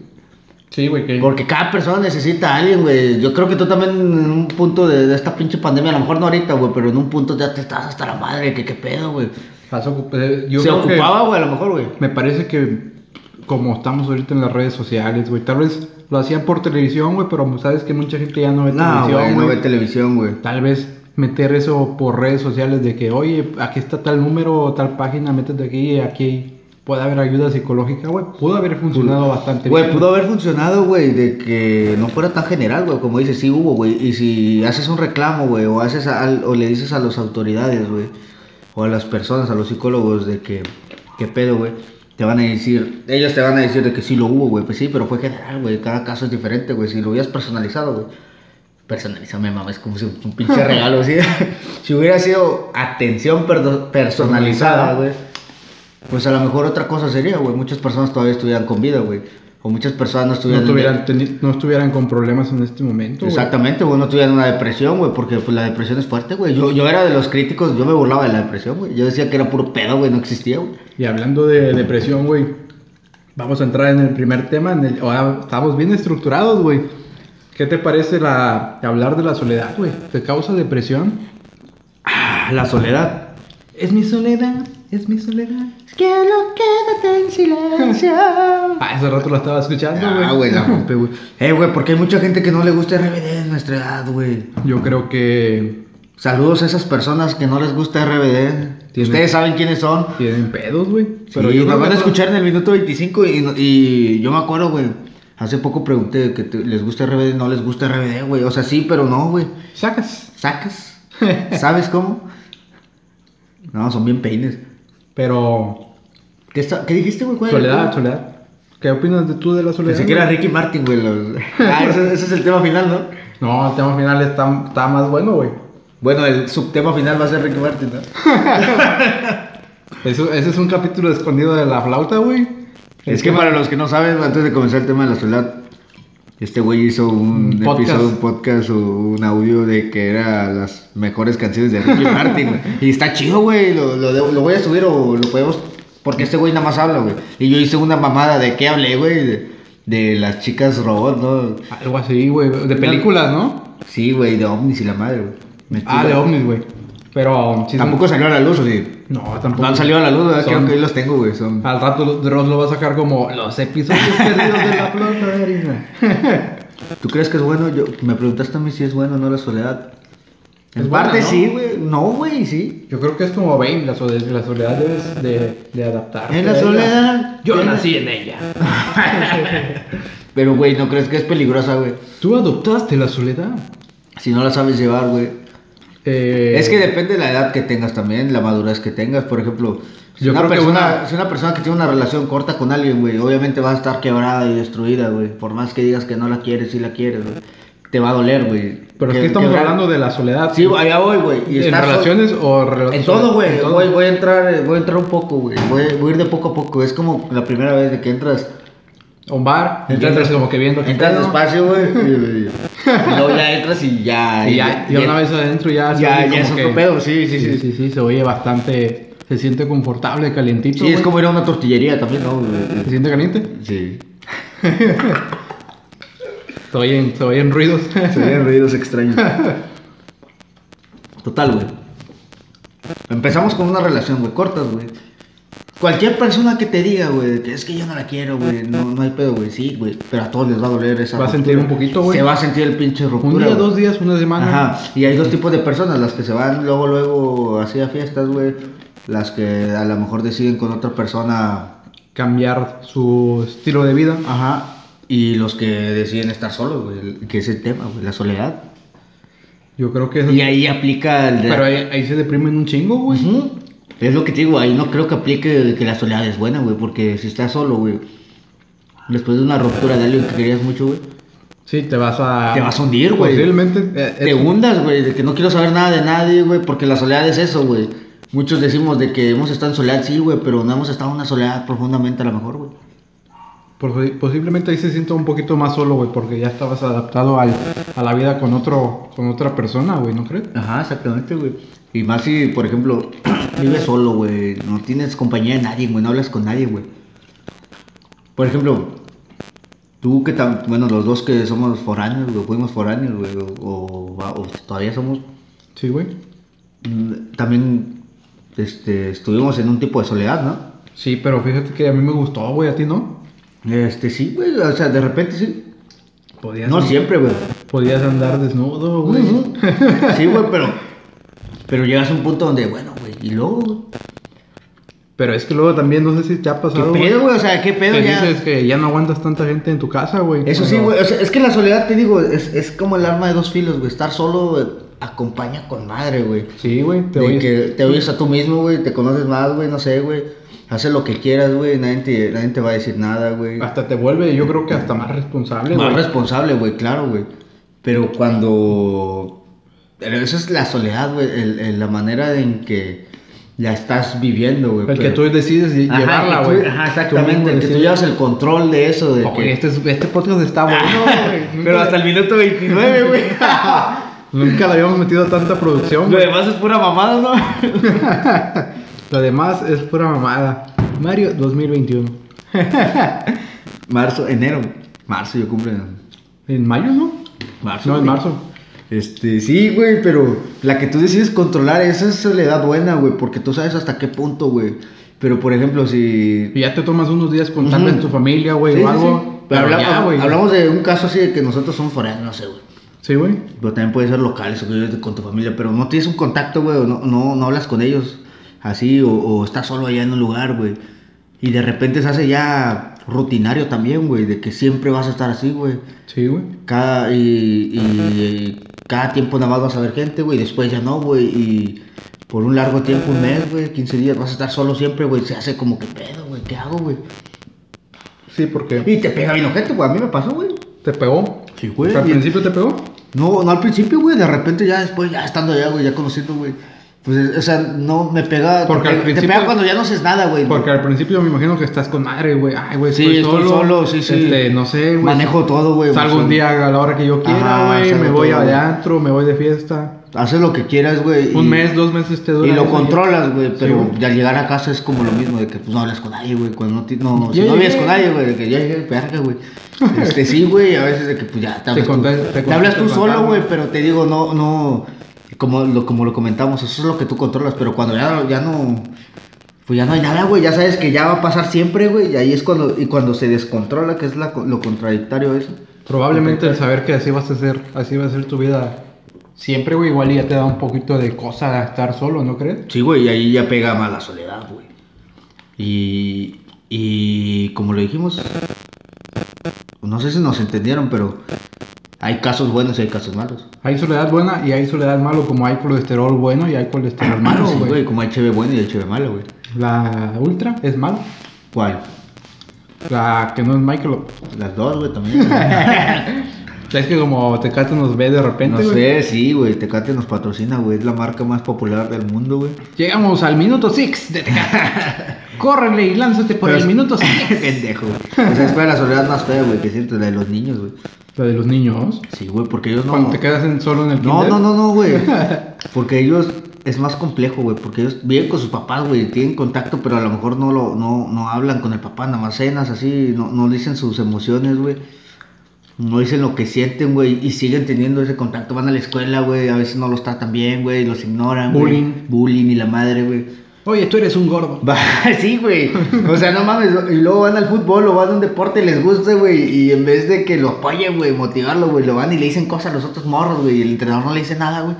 A: Sí, güey. que-
B: Porque cada persona necesita a alguien, güey. Yo creo que tú también en un punto de, de esta pinche pandemia, a lo mejor no ahorita, güey, pero en un punto ya te estás hasta la madre, que qué pedo, güey.
A: Has ocup- eh, yo
B: Se
A: creo que-
B: ocupaba, güey, a lo mejor, güey.
A: Me parece que como estamos ahorita en las redes sociales, güey, tal vez lo hacían por televisión, güey, pero sabes que mucha gente ya no ve
B: No, güey,
A: televisión,
B: no
A: güey.
B: ve televisión, güey.
A: tal vez meter eso por redes sociales de que, oye, aquí está tal número o tal página, métete aquí y aquí puede haber ayuda psicológica, güey. Pudo haber funcionado bastante
B: Güey,
A: bien.
B: pudo haber funcionado, güey, de que no fuera tan general, güey, como dices, sí hubo, güey, y si haces un reclamo, güey, o, haces al- o le dices a las autoridades, güey, o a las personas, a los psicólogos, de que, qué pedo, güey, te van a decir, ellos te van a decir de que sí lo hubo, güey, pues sí, pero fue general, güey, cada caso es diferente, güey, si lo hubieras personalizado, güey, personalizame, mames, como si un pinche regalo, sí, si hubiera sido atención perdo- personalizada, güey, pues a lo mejor otra cosa sería, güey. Muchas personas todavía estuvieran con vida, güey. o muchas personas no
A: No
B: estuvieran...
A: estuvieran, teni- no estuvieran con problemas en este momento. güey.
B: Exactamente, güey, no tuvieran una depresión, güey, porque pues, la depresión es fuerte, güey. Yo, yo era de los críticos, yo me burlaba de la depresión, güey. Yo decía que era puro pedo, güey, no existía, güey.
A: Y hablando de depresión, güey, vamos a entrar en el primer tema. En el, ahora estamos bien estructurados, güey. ¿Qué te parece la, hablar de la soledad, güey? ¿Te causa depresión?
B: Ah, La soledad.
A: Es mi soledad, es mi soledad.
C: Quiero quédate en silencio.
A: Ah, ese rato la estaba escuchando, güey.
B: Ah, güey, la rompe, güey. Eh, güey, porque hay mucha gente que no le gusta RBD en nuestra edad, güey.
A: Yo creo que
B: Saludos a esas personas que no les gusta RBD.
A: Tienen-
B: Ustedes saben quiénes son.
A: tienen pedos, güey.
B: Pero
A: yo
B: yo
A: creo
B: van a
A: que-
B: escuchar en el minuto 25 y, y yo me acuerdo, güey. Hace poco pregunté que te- les gusta RBD, no les gusta RBD, güey. O sea, sí, pero no, güey.
A: Sacas.
B: ¿Sacas? ¿Sabes cómo? No, son bien peines.
A: Pero
B: ¿Qué, está- qué dijiste, güey? ¿Cuál era el
A: soledad,
B: tema?
A: soledad. ¿Qué opinas de tú de la soledad?
B: Pensé que era
A: güey?
B: Ricky Martin, güey. los- Ah, ese, ese es el tema final, ¿no?
A: No, el tema final está, está más bueno, güey.
B: Bueno, el subtema final va a ser Ricky Martin, ¿no?
A: Eso- ese es un capítulo escondido de la flauta, güey. Este
B: Es que para los que no saben, antes de comenzar el tema de la soledad, este güey hizo un
A: Un podcast.
B: episodio, un podcast o un audio de que era las mejores canciones de Ricky Martin, güey. Y está chido, güey. Lo, lo debo- lo voy a subir o lo podemos. Porque este güey nada más habla, güey. Y yo hice una mamada de qué hablé, güey. De, de las chicas robot, ¿no?
A: Algo así, güey. De películas, ¿no?
B: Sí, güey, de ovnis y la madre, güey. Mentira.
A: Ah, de ovnis, güey. Pero um, sí,
B: Tampoco salió a la luz, o sí.
A: No, tampoco.
B: No han salido a la luz, ¿verdad?
A: Son-
B: Creo que ahí los tengo, güey. Son...
A: Al rato lo- Dross lo va a sacar como los episodios perdidos de la flauta de harina.
B: ¿Tú crees que es bueno? Yo, me preguntaste a mí si es bueno o no la soledad. En
A: Es buena,
B: parte
A: ¿no?
B: sí, güey. No, güey, sí.
A: Yo creo que es como Bane, la soledad, la soledad debes de, de adaptarte.
B: En la
A: a ella.
B: soledad.
A: Yo
B: en la-
A: nací en ella.
B: Pero, güey, ¿no crees que es peligrosa, güey?
A: Tú adoptaste la soledad.
B: Si no la sabes llevar, güey.
A: Eh,
B: Es que depende de la edad que tengas también, la madurez que tengas. Por ejemplo, si,
A: Yo
B: una
A: creo que
B: persona,
A: una-
B: si una persona que tiene una relación corta con alguien, güey, obviamente va a estar quebrada y destruida, güey. Por más que digas que no la quieres, sí la quieres, güey. Te va a doler, güey.
A: Pero es que estamos hablando de la soledad.
B: Sí, allá voy, güey. y
A: ¿En
B: estar sol-
A: relaciones o relaciones?
B: En todo, güey. Voy, voy a entrar, eh, voy a entrar un poco, güey. Voy, voy a ir de poco a poco. Es como la primera vez de que entras.
A: A un bar, y entras como que viendo. qué
B: Entras
A: pedo,
B: despacio, güey. Y, y- y luego ya entras y ya.
A: Y ya, ya una vez adentro ya. se
B: Ya,
A: oye
B: ya es
A: como
B: otro
A: que-
B: pedo, sí, sí,
A: Sí,
B: sí.
A: sí, sí, se oye bastante. Se siente confortable, calientito.
B: Sí, es
A: güey.
B: como ir a una tortillería también, ¿no?
A: ¿Se
B: güey?
A: siente caliente?
B: Sí.
A: Se oyen, se oyen ruidos.
B: Se ven ruidos extraños. Total, güey. Empezamos con una relación, güey, cortas, güey. Cualquier persona que te diga, güey, que es que yo no la quiero, güey, no, no hay pedo, güey, sí, güey, pero a todos les va a doler esa
A: Va a sentir un poquito, güey.
B: Se va a sentir el pinche ruptura.
A: Un día,
B: güey.
A: dos días, una semana.
B: Ajá, y hay dos tipos de personas, las que se van luego, luego, así a fiestas, güey, las que a lo mejor deciden con otra persona,
A: Cambiar su estilo de vida.
B: ajá, y los que deciden estar solos, güey, que es el tema, güey, la soledad.
A: Yo creo que eso.
B: Y ahí aplica el... de-
A: Pero ahí, ahí se deprimen un chingo, güey.
B: Ujú. Es lo que te digo, ahí no creo que aplique que la soledad es buena, güey, porque si estás solo, güey, después de una ruptura de alguien que querías mucho, güey,
A: Sí, te vas a.
B: Te vas a hundir, güey.
A: Posiblemente. eh,
B: te
A: eh,
B: hundas, güey, de que no quiero saber nada de nadie, güey, porque la soledad es eso, güey. Muchos decimos de que hemos estado en soledad, sí, güey, pero no hemos estado en una soledad profundamente a lo mejor, güey.
A: por- Posiblemente ahí se sienta un poquito más solo, güey, porque ya estabas adaptado al, a la vida con otro con otra persona, güey, ¿no crees?
B: Ajá, exactamente, güey. Y más si, por ejemplo, vives solo, güey, no tienes compañía de nadie, güey, no hablas con nadie, güey. Por ejemplo, tú que tan, bueno, los dos que somos foráneos, güey, fuimos foráneos, güey, o, o- o todavía somos,
A: Sí, güey.
B: mm, también, este, estuvimos en un tipo de soledad, ¿no?
A: Sí, pero fíjate que a mí me gustó, güey, a ti no.
B: Este, sí, güey, o sea, de repente sí.
A: Podías,
B: No siempre, güey.
A: podías andar desnudo, güey.
B: Ujú. Sí, güey, pero. Pero llegas a un punto donde, bueno, güey, y luego, güey.
A: Pero es que luego también no sé si te ha
B: ¿Qué
A: pasado.
B: pedo, Ah, güey? O sea, ¿qué pedo
A: que
B: ya?
A: dices que ya no aguantas tanta gente en tu casa, güey.
B: Eso sí,
A: Cuando-
B: güey. o sea, es que la soledad, te digo, es, es como el arma de dos filos, güey. Estar solo güey, acompaña con madre, güey.
A: Sí, güey, te
B: De
A: oyes.
B: que te oyes a tú mismo, güey, te conoces más, güey, no sé, güey. Haces lo que quieras, güey, nadie te, nadie te va a decir nada, güey.
A: Hasta te vuelve, yo creo que hasta más responsable,
B: Más
A: güey.
B: responsable, güey, claro, güey. Pero cuando... Pero eso es la soledad, güey. el- el- la manera en que la estás viviendo, güey.
A: El que
B: pero-
A: tú decides lle-
B: Ajá,
A: llevarla,
B: que tú-
A: güey.
B: Ajá,
A: Tú
B: exactamente.
A: mismo
B: el que tú
A: decides.
B: llevas el control de eso. De
A: Oye,
B: que-
A: este, es- este podcast está bueno, güey.
B: Ah. Pero
A: Nunca-
B: hasta el minuto 29, güey.
A: Nunca le habíamos metido a tanta producción,
B: Lo
A: güey.
B: demás es pura mamada, ¿no?
A: Lo demás es pura mamada. Mario 2021.
B: Marzo, enero. Marzo, yo cumplo en
A: ¿En mayo, no?
B: marzo.
A: No, en
B: güey.
A: marzo.
B: Este, sí, güey, pero la que tú decides controlar, esa es la edad buena, güey, porque tú sabes hasta qué punto, güey. Pero, por ejemplo, si...
A: Y ya te tomas unos días con tal
B: Ujú.
A: vez tu familia, güey,
B: Sí,
A: o
B: sí,
A: algo.
B: sí. Pero
A: Pero
B: habla- ah,
A: ya, güey.
B: hablamos de un caso así de que nosotros somos foráneos, no sé, güey.
A: Sí, güey.
B: Pero también puede ser locales o que con tu familia, pero no tienes un contacto, güey, o no, no, no hablas con ellos así, o, o estás solo allá en un lugar, güey. Y de repente se hace ya rutinario también, güey, de que siempre vas a estar así, güey.
A: Sí, güey.
B: Cada, y, y- cada tiempo nada más vas a ver gente, güey, y después ya no, güey, y por un largo tiempo, un mes, güey, 15 días, vas a estar solo siempre, güey, se hace como que pedo, güey, ¿qué hago, güey?
A: Sí, porque
B: Y te pega bien gente, güey, a mí me pasó, güey.
A: te pegó.
B: Sí, güey.
A: ¿Al principio te pegó?
B: No, no al principio, güey, de repente ya después, ya estando allá, güey, ya conociendo, güey. Pues, es- o sea, no me pega. te
A: Porque al
B: pega- te,
A: principio-
B: pega cuando ya no haces nada, güey.
A: Porque al principio me imagino que estás con madre, güey. Ay, güey,
B: Sí,
A: estoy
B: estoy
A: solo.
B: solo, sí, sí.
A: Este, no sé, güey.
B: Manejo todo, güey.
A: Salgo un
B: emoción.
A: día a la hora que yo quiera,
B: Ajá,
A: güey.
B: salgo
A: Me voy
B: todo,
A: a de
B: güey.
A: antro, me voy de fiesta.
B: Haces lo que quieras, güey. y-
A: Un mes, dos meses te dura.
B: Y lo
A: eso, ¿eh?
B: controlas, güey, pero
A: güey.
B: al llegar a casa es como lo mismo, de que pues no hablas con nadie, güey, cuando no, ti- no, si
A: Ya
B: no vives
A: llegué.
B: con nadie, güey, de que ya llegué, verga, güey. Este, sí, güey, a veces de que pues ya te hablas tú,
A: contas- te
B: te hablas tú
A: contas con
B: solo,
A: calma.
B: güey, pero te digo, no, no, como lo, como lo comentamos, eso es lo que tú controlas, pero cuando ya, ya no, pues ya no hay nada, güey, ya sabes que ya va a pasar siempre, güey, y ahí es cuando, y cuando se descontrola, que es la co- lo contradictario a eso.
A: Probablemente el saber que así vas a ser, así va a ser tu vida siempre, güey. Igual y ya te da un poquito de cosa estar solo, ¿no crees?
B: Sí, güey, y ahí ya pega más la soledad, güey. Y, y como lo dijimos, no sé si nos entendieron, pero hay casos buenos y hay casos malos.
A: Hay soledad buena y hay soledad malo, como hay colesterol bueno y hay colesterol malo,
B: Ah, Sí,
A: güey.
B: Como hay cheve bueno y hay cheve malo, güey.
A: la ultra es malo,
B: ¿Cuál?
A: la que no es micro.
B: Las dos, güey, también.
A: Es que como Tecate nos ve de repente,
B: no
A: güey.
B: sé, sí, güey. Tecate nos patrocina, güey. Es la marca más popular del mundo, güey.
A: Llegamos al minuto 6 de Tecate. Córrele y lánzate por
B: Pero-
A: el minuto 6.
B: Pendejo, güey. Esa es la soledad más fea, güey, que sientes, la de los niños, güey.
A: la de los niños.
B: Sí, güey, porque ellos no...
A: Cuando te quedas en- solo en el
B: No,
A: kinder.
B: no, no, no, güey. Porque ellos es más complejo, güey. Porque ellos viven con sus papás, güey. Tienen contacto, pero a lo mejor no, lo, no, no hablan con el papá, nada más cenas así. No, no dicen sus emociones, güey. No dicen lo que sienten, güey. Y siguen teniendo ese contacto. Van a la escuela, güey. A veces no los tratan bien, güey. Los ignoran. güey.
A: Bullying.
B: Bullying y la madre, güey.
A: Oye, tú eres un gordo.
B: Va, sí, güey. O sea, no mames. Y luego van al fútbol o van a un deporte, les gusta, güey. Y en vez de que lo apoyen, güey, motivarlo, güey, lo van y le dicen cosas a los otros morros, güey. Y el entrenador no le dice nada, güey.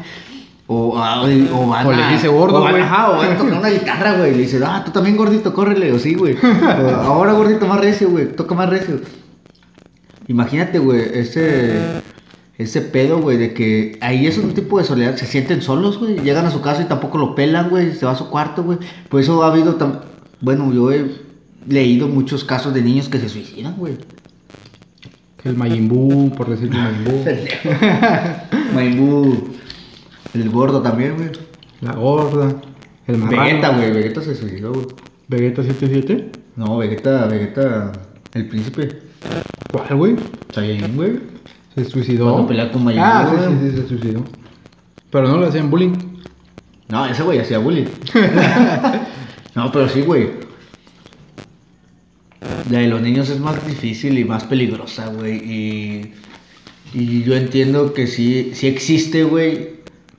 B: O, ah, güey, o van
A: O
B: a-
A: les dice gordo,
B: o van-
A: güey.
B: Ajá, o van a tocar una guitarra, güey. Y le dice, ah, tú también gordito, córrele. O sí, güey. O, Ahora gordito, más recio, güey. Toca más recio. Imagínate, güey, ese, ese pedo, güey, de que ahí es un tipo de soledad. Se sienten solos, güey. Llegan a su casa y tampoco lo pelan, güey. Se va a su cuarto, güey. Por eso ha habido tan... Bueno, yo he leído muchos casos de niños que se suicidan, güey.
A: El Majin Buu, por decirte Majin Buu.
B: Maimbu, el gordo también, güey.
A: la gorda. El marrano.
B: Vegeta, güey. Vegeta se suicidó, güey.
A: Vegeta 77.
B: No, Vegeta, Vegeta, el príncipe.
A: ¿Cuál, güey?
B: Saiyajin, güey.
A: Se suicidó.
B: Cuando pelea con Majin
A: Ah,
B: Buu,
A: sí,
B: güey.
A: sí, sí, se suicidó. Pero no le hacían bullying.
B: No, ese güey hacía bullying. no, pero sí, güey. La de los niños es más difícil y más peligrosa, güey. Y, y yo entiendo que sí, sí existe, güey.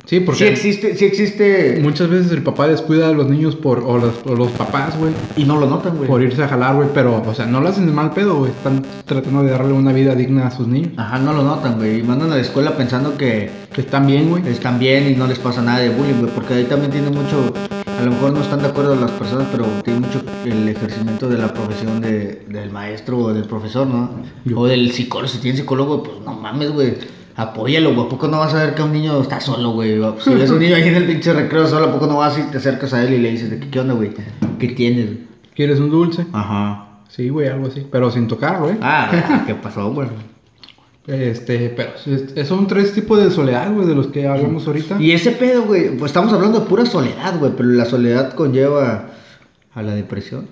A: Sí, porque
B: Sí existe, sí existe.
A: muchas veces el papá descuida a los niños por, o, los, o los papás, güey,
B: Y no lo notan,
A: por
B: güey.
A: irse a jalar, güey. Pero, o sea, no lo hacen de mal pedo, güey. Están tratando de darle una vida digna a sus niños.
B: Ajá, no lo notan, güey. Y mandan a la escuela pensando que
A: Que están bien, güey.
B: están bien y no les pasa nada de bullying, güey. Porque ahí también tiene mucho. A lo mejor no están de acuerdo las personas, pero tiene mucho el ejercimiento de la profesión de- del maestro o del profesor, ¿no?
A: Yo-
B: O del psicólogo. Si tienes psicólogo, pues no mames, güey. Apóyalo, güey. ¿A poco no vas a ver que un niño está solo, güey? Si ves un niño ahí en el pinche recreo solo, ¿a poco no vas y te acercas a él y le dices, de que, qué onda, güey? ¿Qué tienes?
A: ¿Quieres un dulce?
B: Ajá.
A: Sí, güey, algo así. Pero sin tocar, güey.
B: Ah, ¿qué pasó, ah, güey?
A: Este, pero es- es- son tres tipos de soledad, güey, de los que hablamos ahorita.
B: Y ese pedo, güey, pues estamos hablando de pura soledad, güey, pero la soledad conlleva a la depresión,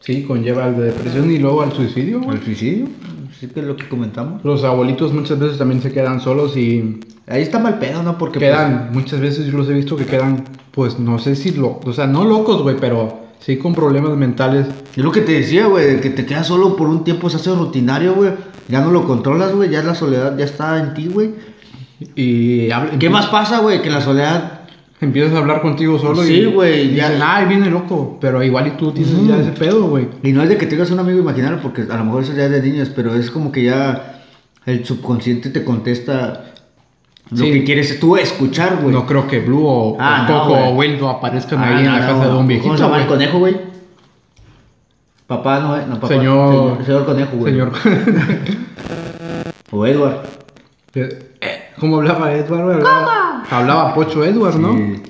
A: Sí, conlleva al de depresión y luego al suicidio, güey.
B: al suicidio, así que es lo que comentamos.
A: Los abuelitos muchas veces también se quedan solos y
B: Ahí está mal pedo, ¿no? Porque pues,
A: quedan, muchas veces yo los he visto que quedan, pues no sé si lo, o sea, no locos, güey, pero sí con problemas mentales.
B: pues, es lo que te decía, güey, que te quedas solo por un tiempo, se hace rutinario, güey, ya no lo controlas, güey, ya la soledad ya está en ti, güey.
A: Y habla-
B: ¿Qué más pasa, güey? Que la soledad...
A: Empiezas a hablar contigo solo
B: Sí,
A: y
B: güey,
A: y
B: ya-
A: dicen, ay, viene loco, pero igual y tú tienes
B: Ujú.
A: ya ese pedo, güey.
B: Y no es de que tengas un amigo imaginario, porque a lo mejor eso ya es de niños, pero es como que ya el subconsciente te contesta lo
A: Sí.
B: que quieres tú escuchar, güey.
A: No creo que Blue o,
B: Ah,
A: o
B: no,
A: Coco o
B: güey.
A: Wildo aparezcan
B: Ah,
A: ahí en la
B: no, no.
A: casa de un
B: ¿Cómo se
A: viejito,
B: llama el
A: güey.
B: conejo, güey? Papá, no, eh, no, papá.
A: Señor-
B: Señor, señor conejo, güey.
A: Señor.
B: O Edward.
A: Eh, ¿Cómo hablaba Edward? güey? Hablaba, hablaba Pocho Edward, ¿no?
B: Sí.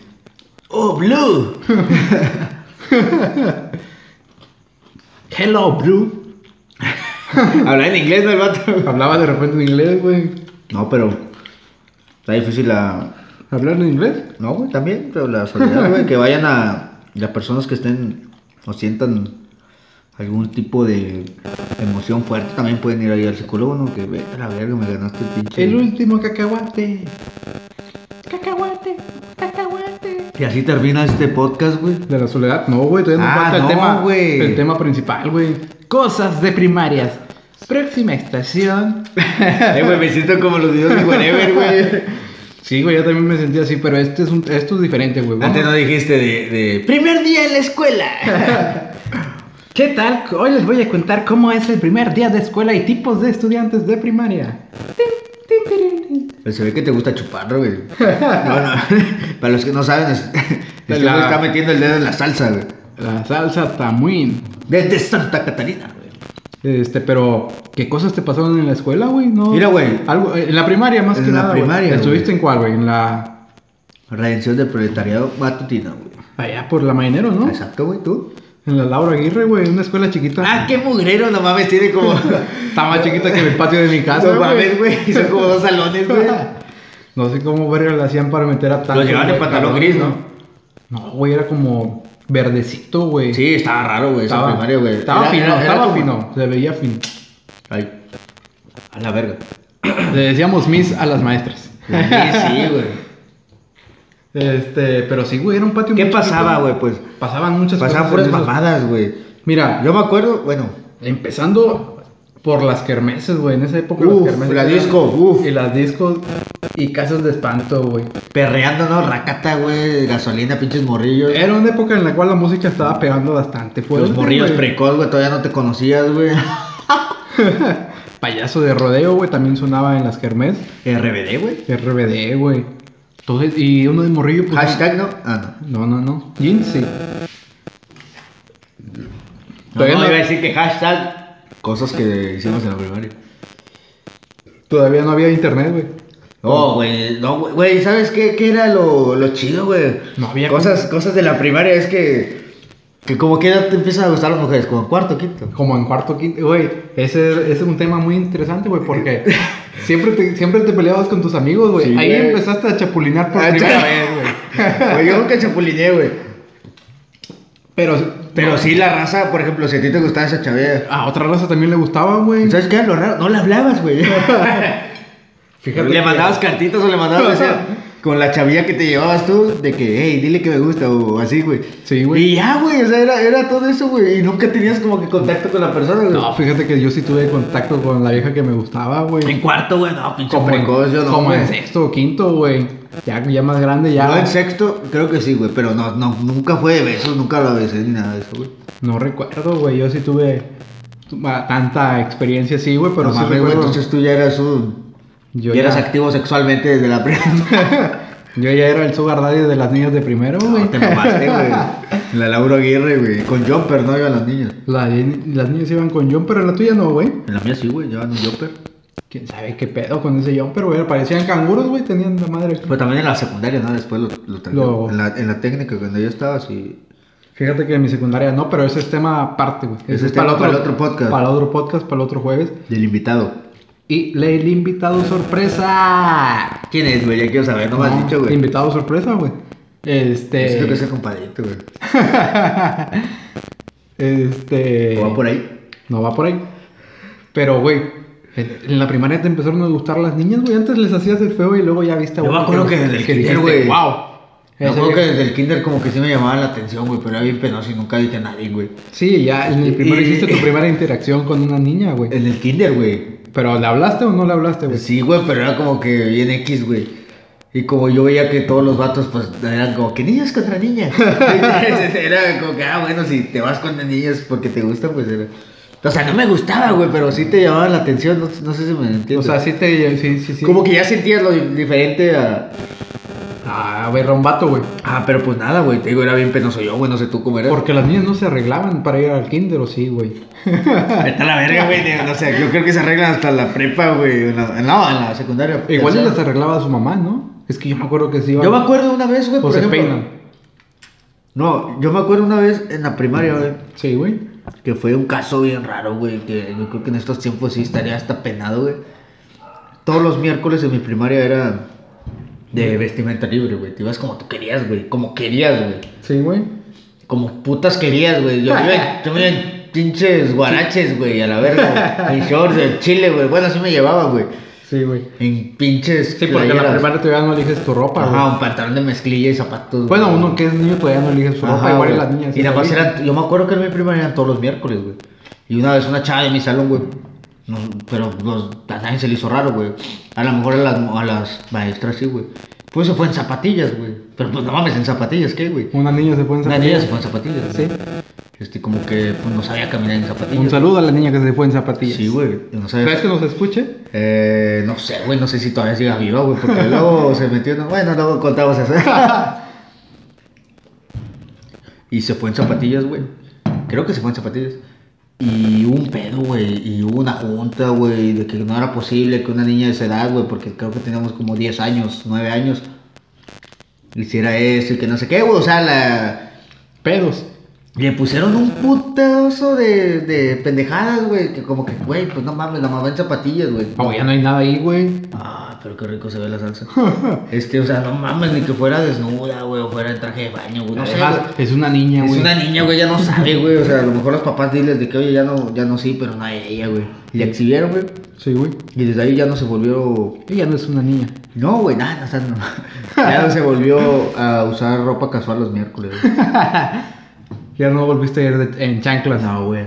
B: Oh, Blue. Hello, Blue. Habla en inglés, ¿no, el vato?
A: Hablaba de repente en inglés, güey.
B: No, pero está difícil la...
A: ¿Hablar en inglés?
B: No, güey, también, pero la soledad, güey, que vayan a las personas que estén o sientan algún tipo de emoción fuerte, también pueden ir ahí al psicólogo, ¿no? Que ve, a la verga, me ganaste el pinche.
A: El último cacahuate.
C: Cacahuate, cacahuate.
B: Y así termina este podcast, güey.
A: ¿De la soledad? No, güey, todavía nos
B: Ah,
A: falta el
B: no,
A: tema.
B: güey.
A: El tema principal, güey. Cosas de primarias. Próxima estación.
B: Eh, güey, me siento como los videos de Whenever, güey.
A: Sí, güey, yo también me sentí así, pero este es un, esto es diferente, güey. Vamos-
B: Antes no dijiste de, de primer día en la escuela.
A: ¿Qué tal? Hoy les voy a contar cómo es el primer día de escuela y tipos de estudiantes de primaria.
C: Tin, tirin, tin.
B: Pues se ve que te gusta chupar, güey. Bueno, para los que no saben, es- este
A: La-
B: güey está metiendo el dedo en la salsa, güey.
A: La salsa tamuín.
B: Desde Santa Catarina, güey.
A: Este, pero, ¿qué cosas te pasaron en la escuela, güey? No.
B: Mira, güey.
A: Algo, eh, en la primaria, más
B: En
A: que
B: la
A: nada. güey.
B: primaria,
A: ¿Estuviste
B: güey.
A: en cuál, güey? En la.
B: Redención del proletariado matutino, güey.
A: Allá por la mañanero, ¿no?
B: Exacto, güey, tú.
A: En la Laura Aguirre, güey. Una escuela chiquita.
B: Ah, qué mugrero, no mames, tiene como.
A: Está más chiquita que el patio de mi casa.
B: no mames, güey. y Son como dos salones, güey.
A: No sé cómo verga le hacían para meter a tanto.
B: Lo llevaban en
A: güey,
B: pantalón
A: cabrón,
B: gris, ¿no?
A: No, güey, era como verdecito, güey.
B: Sí, estaba raro, güey. Estaba primario, güey.
A: Estaba
B: Era-
A: fino,
B: era- era
A: estaba
B: como-
A: fino. Se veía fino.
B: Ay. A la verga.
A: Le decíamos Miss a las maestras.
B: Sí, sí, güey.
A: Este, pero sí, güey, era un patio
B: ¿Qué
A: muy
B: pasaba,
A: chiquito.
B: güey? Pues
A: Pasaban muchas
B: pasaban
A: cosas
B: puras
A: en esos-
B: mamadas, güey.
A: Mira,
B: Yo me acuerdo, bueno,
A: empezando por las kermeses, güey. En esa época
B: Uf,
A: las kermeses.
B: la
A: eran-
B: disco, uf.
A: Y las discos y casas de espanto, güey.
B: perreando, ¿no? Racata, güey, gasolina, pinches morrillos.
A: Era una época en la cual la música estaba pegando bastante fuerte.
B: Los morrillos
A: pues, güey.
B: precoz, güey, todavía no te conocías, güey.
A: Payaso de rodeo, güey, también sonaba en las kermés.
B: RBD, güey.
A: RBD, güey. Entonces, y uno de morrillo, pues.
B: Hashtag, ¿no? Ah, no.
A: No, no, no. Jeans, sí.
B: No,
A: Todavía
B: no,
A: no-
B: iba a decir que hashtag cosas que hicimos en la primaria.
A: Todavía no había internet, güey. Oh.
B: No, güey, no, güey, güey, ¿sabes qué, qué era lo, lo chido, güey?
A: No había
B: cosas, cosas de la primaria, es que, que como que edad te empiezan a gustar las mujeres, como en cuarto, quinto.
A: Como en cuarto, quinto. Güey, ese, ese es un tema muy interesante, güey, porque siempre te, siempre te peleabas con tus amigos, güey.
B: Sí,
A: Ahí
B: güey.
A: empezaste a chapulinar por
B: Ah,
A: primera
B: cha-
A: vez, güey.
B: Güey, yo nunca chapulineé, güey.
A: Pero,
B: Pero sí la raza, por ejemplo, si a ti te gustaba esa chavilla.
A: a otra raza también le gustaba, güey.
B: Pues, ¿Sabes qué? era Lo raro, no le hablabas, güey.
A: Fíjate
B: le
A: que-
B: mandabas cartitas o le mandabas o sea, con la chavilla que te llevabas tú, de que, hey, dile que me gusta o así, güey.
A: Sí, güey.
B: Y ya, güey, o sea, era, era todo eso, güey. Y nunca tenías como que contacto con la persona, güey.
A: No, fíjate que yo sí tuve contacto con la vieja que me gustaba, güey.
B: En cuarto, güey, no, pinche
A: Como, en,
B: precoz, yo no.
A: como en
B: güey.
A: sexto o quinto, güey. Ya, ya más grande, ya.
B: No, en sexto, creo que sí, güey, pero no, no, nunca fue de besos, nunca lo besé ni nada de eso, güey.
A: No recuerdo, güey. Yo sí tuve tu- ma- tanta experiencia así, güey, pero
B: Pero
A: sí
B: mames, güey,
A: recuerdo.
B: entonces tú ya eras un.
A: yo,
B: ya eras
A: ya,
B: activo sexualmente desde la primera.
A: yo ya era el sugar daddy de las niñas de primero, güey.
B: No, te mamaste, güey. La Laura Aguirre, güey. Con jumper, ¿no? Iban las niñas.
A: La- las niñas iban con jumper, pero la tuya no, güey.
B: En la mía sí, güey, llevaban un jumper.
A: ¿Quién sabe qué pedo con ese jumper, güey? Parecían canguros, güey. Tenían la madre.
B: Pero también en la secundaria, ¿no? Después lo, lo traje.
A: Lo-
B: En, la, en la técnica, cuando yo estaba, sí.
A: Fíjate que en mi secundaria no, pero ese es tema aparte, güey.
B: Ese es tema para el otro podcast.
A: Para el otro podcast, para el otro jueves.
B: Del invitado.
A: Y le el invitado sorpresa.
B: ¿Quién es, güey? Ya quiero saber, no me has
A: No,
B: dicho, güey.
A: Invitado sorpresa, güey. Este.
B: Yo creo que es el compadrito, güey.
A: este.
B: ¿O va por ahí?
A: No va por ahí. Pero, güey, en, en la primaria te empezaron a gustar las niñas, güey. Antes les hacías el feo y luego ya viste a
B: Yo me
A: uno
B: acuerdo que desde el kinder, güey.
A: Wow.
B: Me acuerdo que desde el kinder como que sí me llamaba la atención, güey, pero era bien penoso y nunca dije a nadie, güey.
A: Sí, ya en el primero
B: Y-
A: hiciste tu primera interacción con una niña, güey.
B: En el kinder, güey.
A: Pero ¿le hablaste o no le hablaste, güey?
B: Sí, güey, pero era como que bien X, güey. Y como yo veía que todos los vatos, pues, eran como que niños contra niñas. Entonces, era como que, ah, bueno, si te vas con las niñas porque te gustan, pues era. O sea, no me gustaba, güey, pero sí te llamaba la atención, no, no sé si me entiendes.
A: O sea, sí te... Sí, sí, sí.
B: como que ya sentías lo di- diferente a.
A: Ah, güey, era un vato, güey.
B: Ah, pero pues nada, güey, te digo, era bien penoso yo, güey, no sé tú cómo era.
A: Porque las niñas no se arreglaban para ir al kinder, ¿o sí, güey?
B: Vete a la verga, güey, no sé, yo creo que se arreglan hasta la prepa, güey, en la- no, en la secundaria.
A: Igual y
B: tercera.
A: las arreglaba su mamá, ¿no? Es que yo me acuerdo que sí iba...
B: Yo me acuerdo una vez, güey,
A: O
B: por
A: se
B: ejemplo.
A: peinan.
B: No, yo me acuerdo una vez en la primaria, güey,
A: Sí, güey.
B: que fue un caso bien raro, güey, que yo creo que en estos tiempos sí estaría hasta penado, güey. Todos los miércoles en mi primaria era de vestimenta libre, güey. Te ibas como tú querías, güey. Como querías, güey.
A: Sí, güey.
B: Como putas querías, güey. Yo me iba, yo me iba en pinches guaraches, güey, a la verga. güey. En shorts de chile, güey. Bueno, así me llevaba, güey.
A: Sí, güey.
B: En pinches.
A: Sí, porque en la
B: playeras.
A: primaria todavía no eliges tu ropa, güey.
B: Ajá, un pantalón de mezclilla y zapatos.
A: Bueno,
B: güey.
A: uno que es niño todavía no elige su ropa,
B: Ajá,
A: igual y
B: güey.
A: las niñas.
B: Y
A: sí
B: nada más
A: eligen.
B: eran, yo me acuerdo que en mi primaria eran todos los miércoles, güey. Y una vez una chava de mi salón, güey. no, pero los, a nadie se le hizo raro, güey. A lo mejor a las, a las maestras sí, güey. Pues se fue en zapatillas, güey. Pero pues no mames, en zapatillas, ¿qué, güey?
A: Una niña se fue en
B: Una niña se
A: zapatillas.
B: fue en zapatillas.
A: Sí.
B: güey. Este, como que pues, no sabía caminar en zapatillas.
A: Un saludo a la niña que se fue en zapatillas.
B: Sí, güey. No
A: ¿Crees
B: sabes.
A: que nos escuche?
B: Eh, no sé, güey, no sé si todavía siga viva, güey, porque luego se metió en... Bueno, luego contamos eso. y se fue en zapatillas, güey. Creo que se fue en zapatillas. Y hubo un pedo, güey, y hubo una junta, güey, de que no era posible que una niña de esa edad, güey, porque creo que teníamos como 10 años, 9 años, hiciera eso y que no sé qué, güey, o sea, la...
A: Pedos.
B: Le pusieron un putazo de, de pendejadas, güey, que como que, güey, pues no mames, la mamá en zapatillas, güey.
A: Oh, ya no hay nada ahí, güey.
B: Ah, pero qué rico se ve la salsa. este, o sea, no mames, ni que fuera desnuda, güey, o fuera en traje de baño, güey. No sé,
A: Además,
B: güey.
A: es una niña,
B: Es
A: güey.
B: una niña, güey, ya no sabe, güey. O sea, a lo mejor los papás diles de que, oye, ya no, ya no sí, pero no hay ella, güey. Y la exhibieron, güey.
A: Sí, güey.
B: Y desde ahí ya no se volvió.
A: Ella no es una niña.
B: No, güey, nada, o sea, no. Ya no se volvió a usar ropa casual los miércoles, güey.
A: Ya no volviste a ir de- en chanclas.
B: No, güey.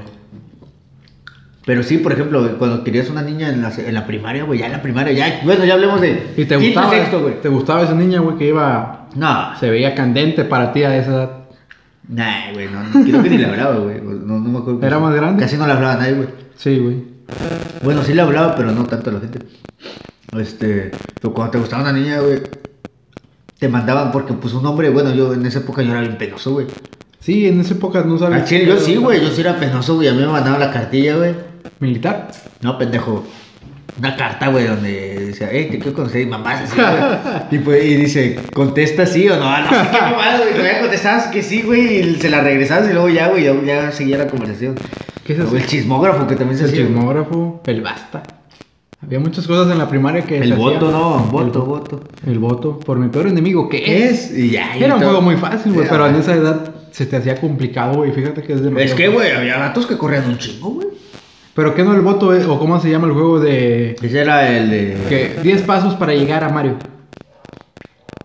B: Pero sí, por ejemplo, güey, cuando querías una niña en la, en la primaria, güey, ya en la primaria, ya. Bueno, ya hablemos de.
A: Y te
B: quinto,
A: gustaba.
B: pues, sexto, güey.
A: Te gustaba esa niña, güey, que iba.
B: No,
A: Se veía candente para ti a esa edad.
B: Nah, güey, no, no, creo que ni le hablaba, güey. No, no me acuerdo. que-
A: ¿Era más grande?
B: Casi no le hablaba a nadie, güey.
A: Sí, güey.
B: Bueno, sí le hablaba, pero no tanto a la gente. Este, pero cuando te gustaba una niña, güey, te mandaban porque, pues, un hombre, bueno, yo en esa época yo era bien penoso, güey.
A: Sí, en esa época no sabía.
B: Al chile, yo sí, güey, yo sí era penoso, güey. A mí me mandaban la cartilla, güey.
A: Militar.
B: No, pendejo. Una carta, güey, donde decía, hey, te quiero conocer, y mamá, así, güey. Y, pues, y dice, ¿contesta sí o no? No sé qué mamada, güey. Todavía contestabas que sí, güey, y se la regresabas y luego ya, güey, ya, ya seguía la conversación.
A: ¿Qué es
B: O
A: eso?
B: el chismógrafo que también se
A: el
B: hacía.
A: chismógrafo, el basta. Había muchas cosas en la primaria que.
B: El
A: se
B: voto,
A: hacía.
B: no, voto,
A: El-
B: voto.
A: El, voto, por mi peor enemigo, que
B: ¿Qué
A: es.
B: es? Y ya. y
A: Era un
B: todo.
A: juego muy fácil, güey,
B: Ya,
A: pero en
B: güey.
A: esa edad se te hacía complicado, güey. Fíjate que es demasiado.
B: Es que, güey, había gatos que corrían un chingo, güey.
A: Pero que no el voto, eh, o cómo se llama el juego de.
B: Ese era el de.
A: Que 10 pasos para llegar a Mario.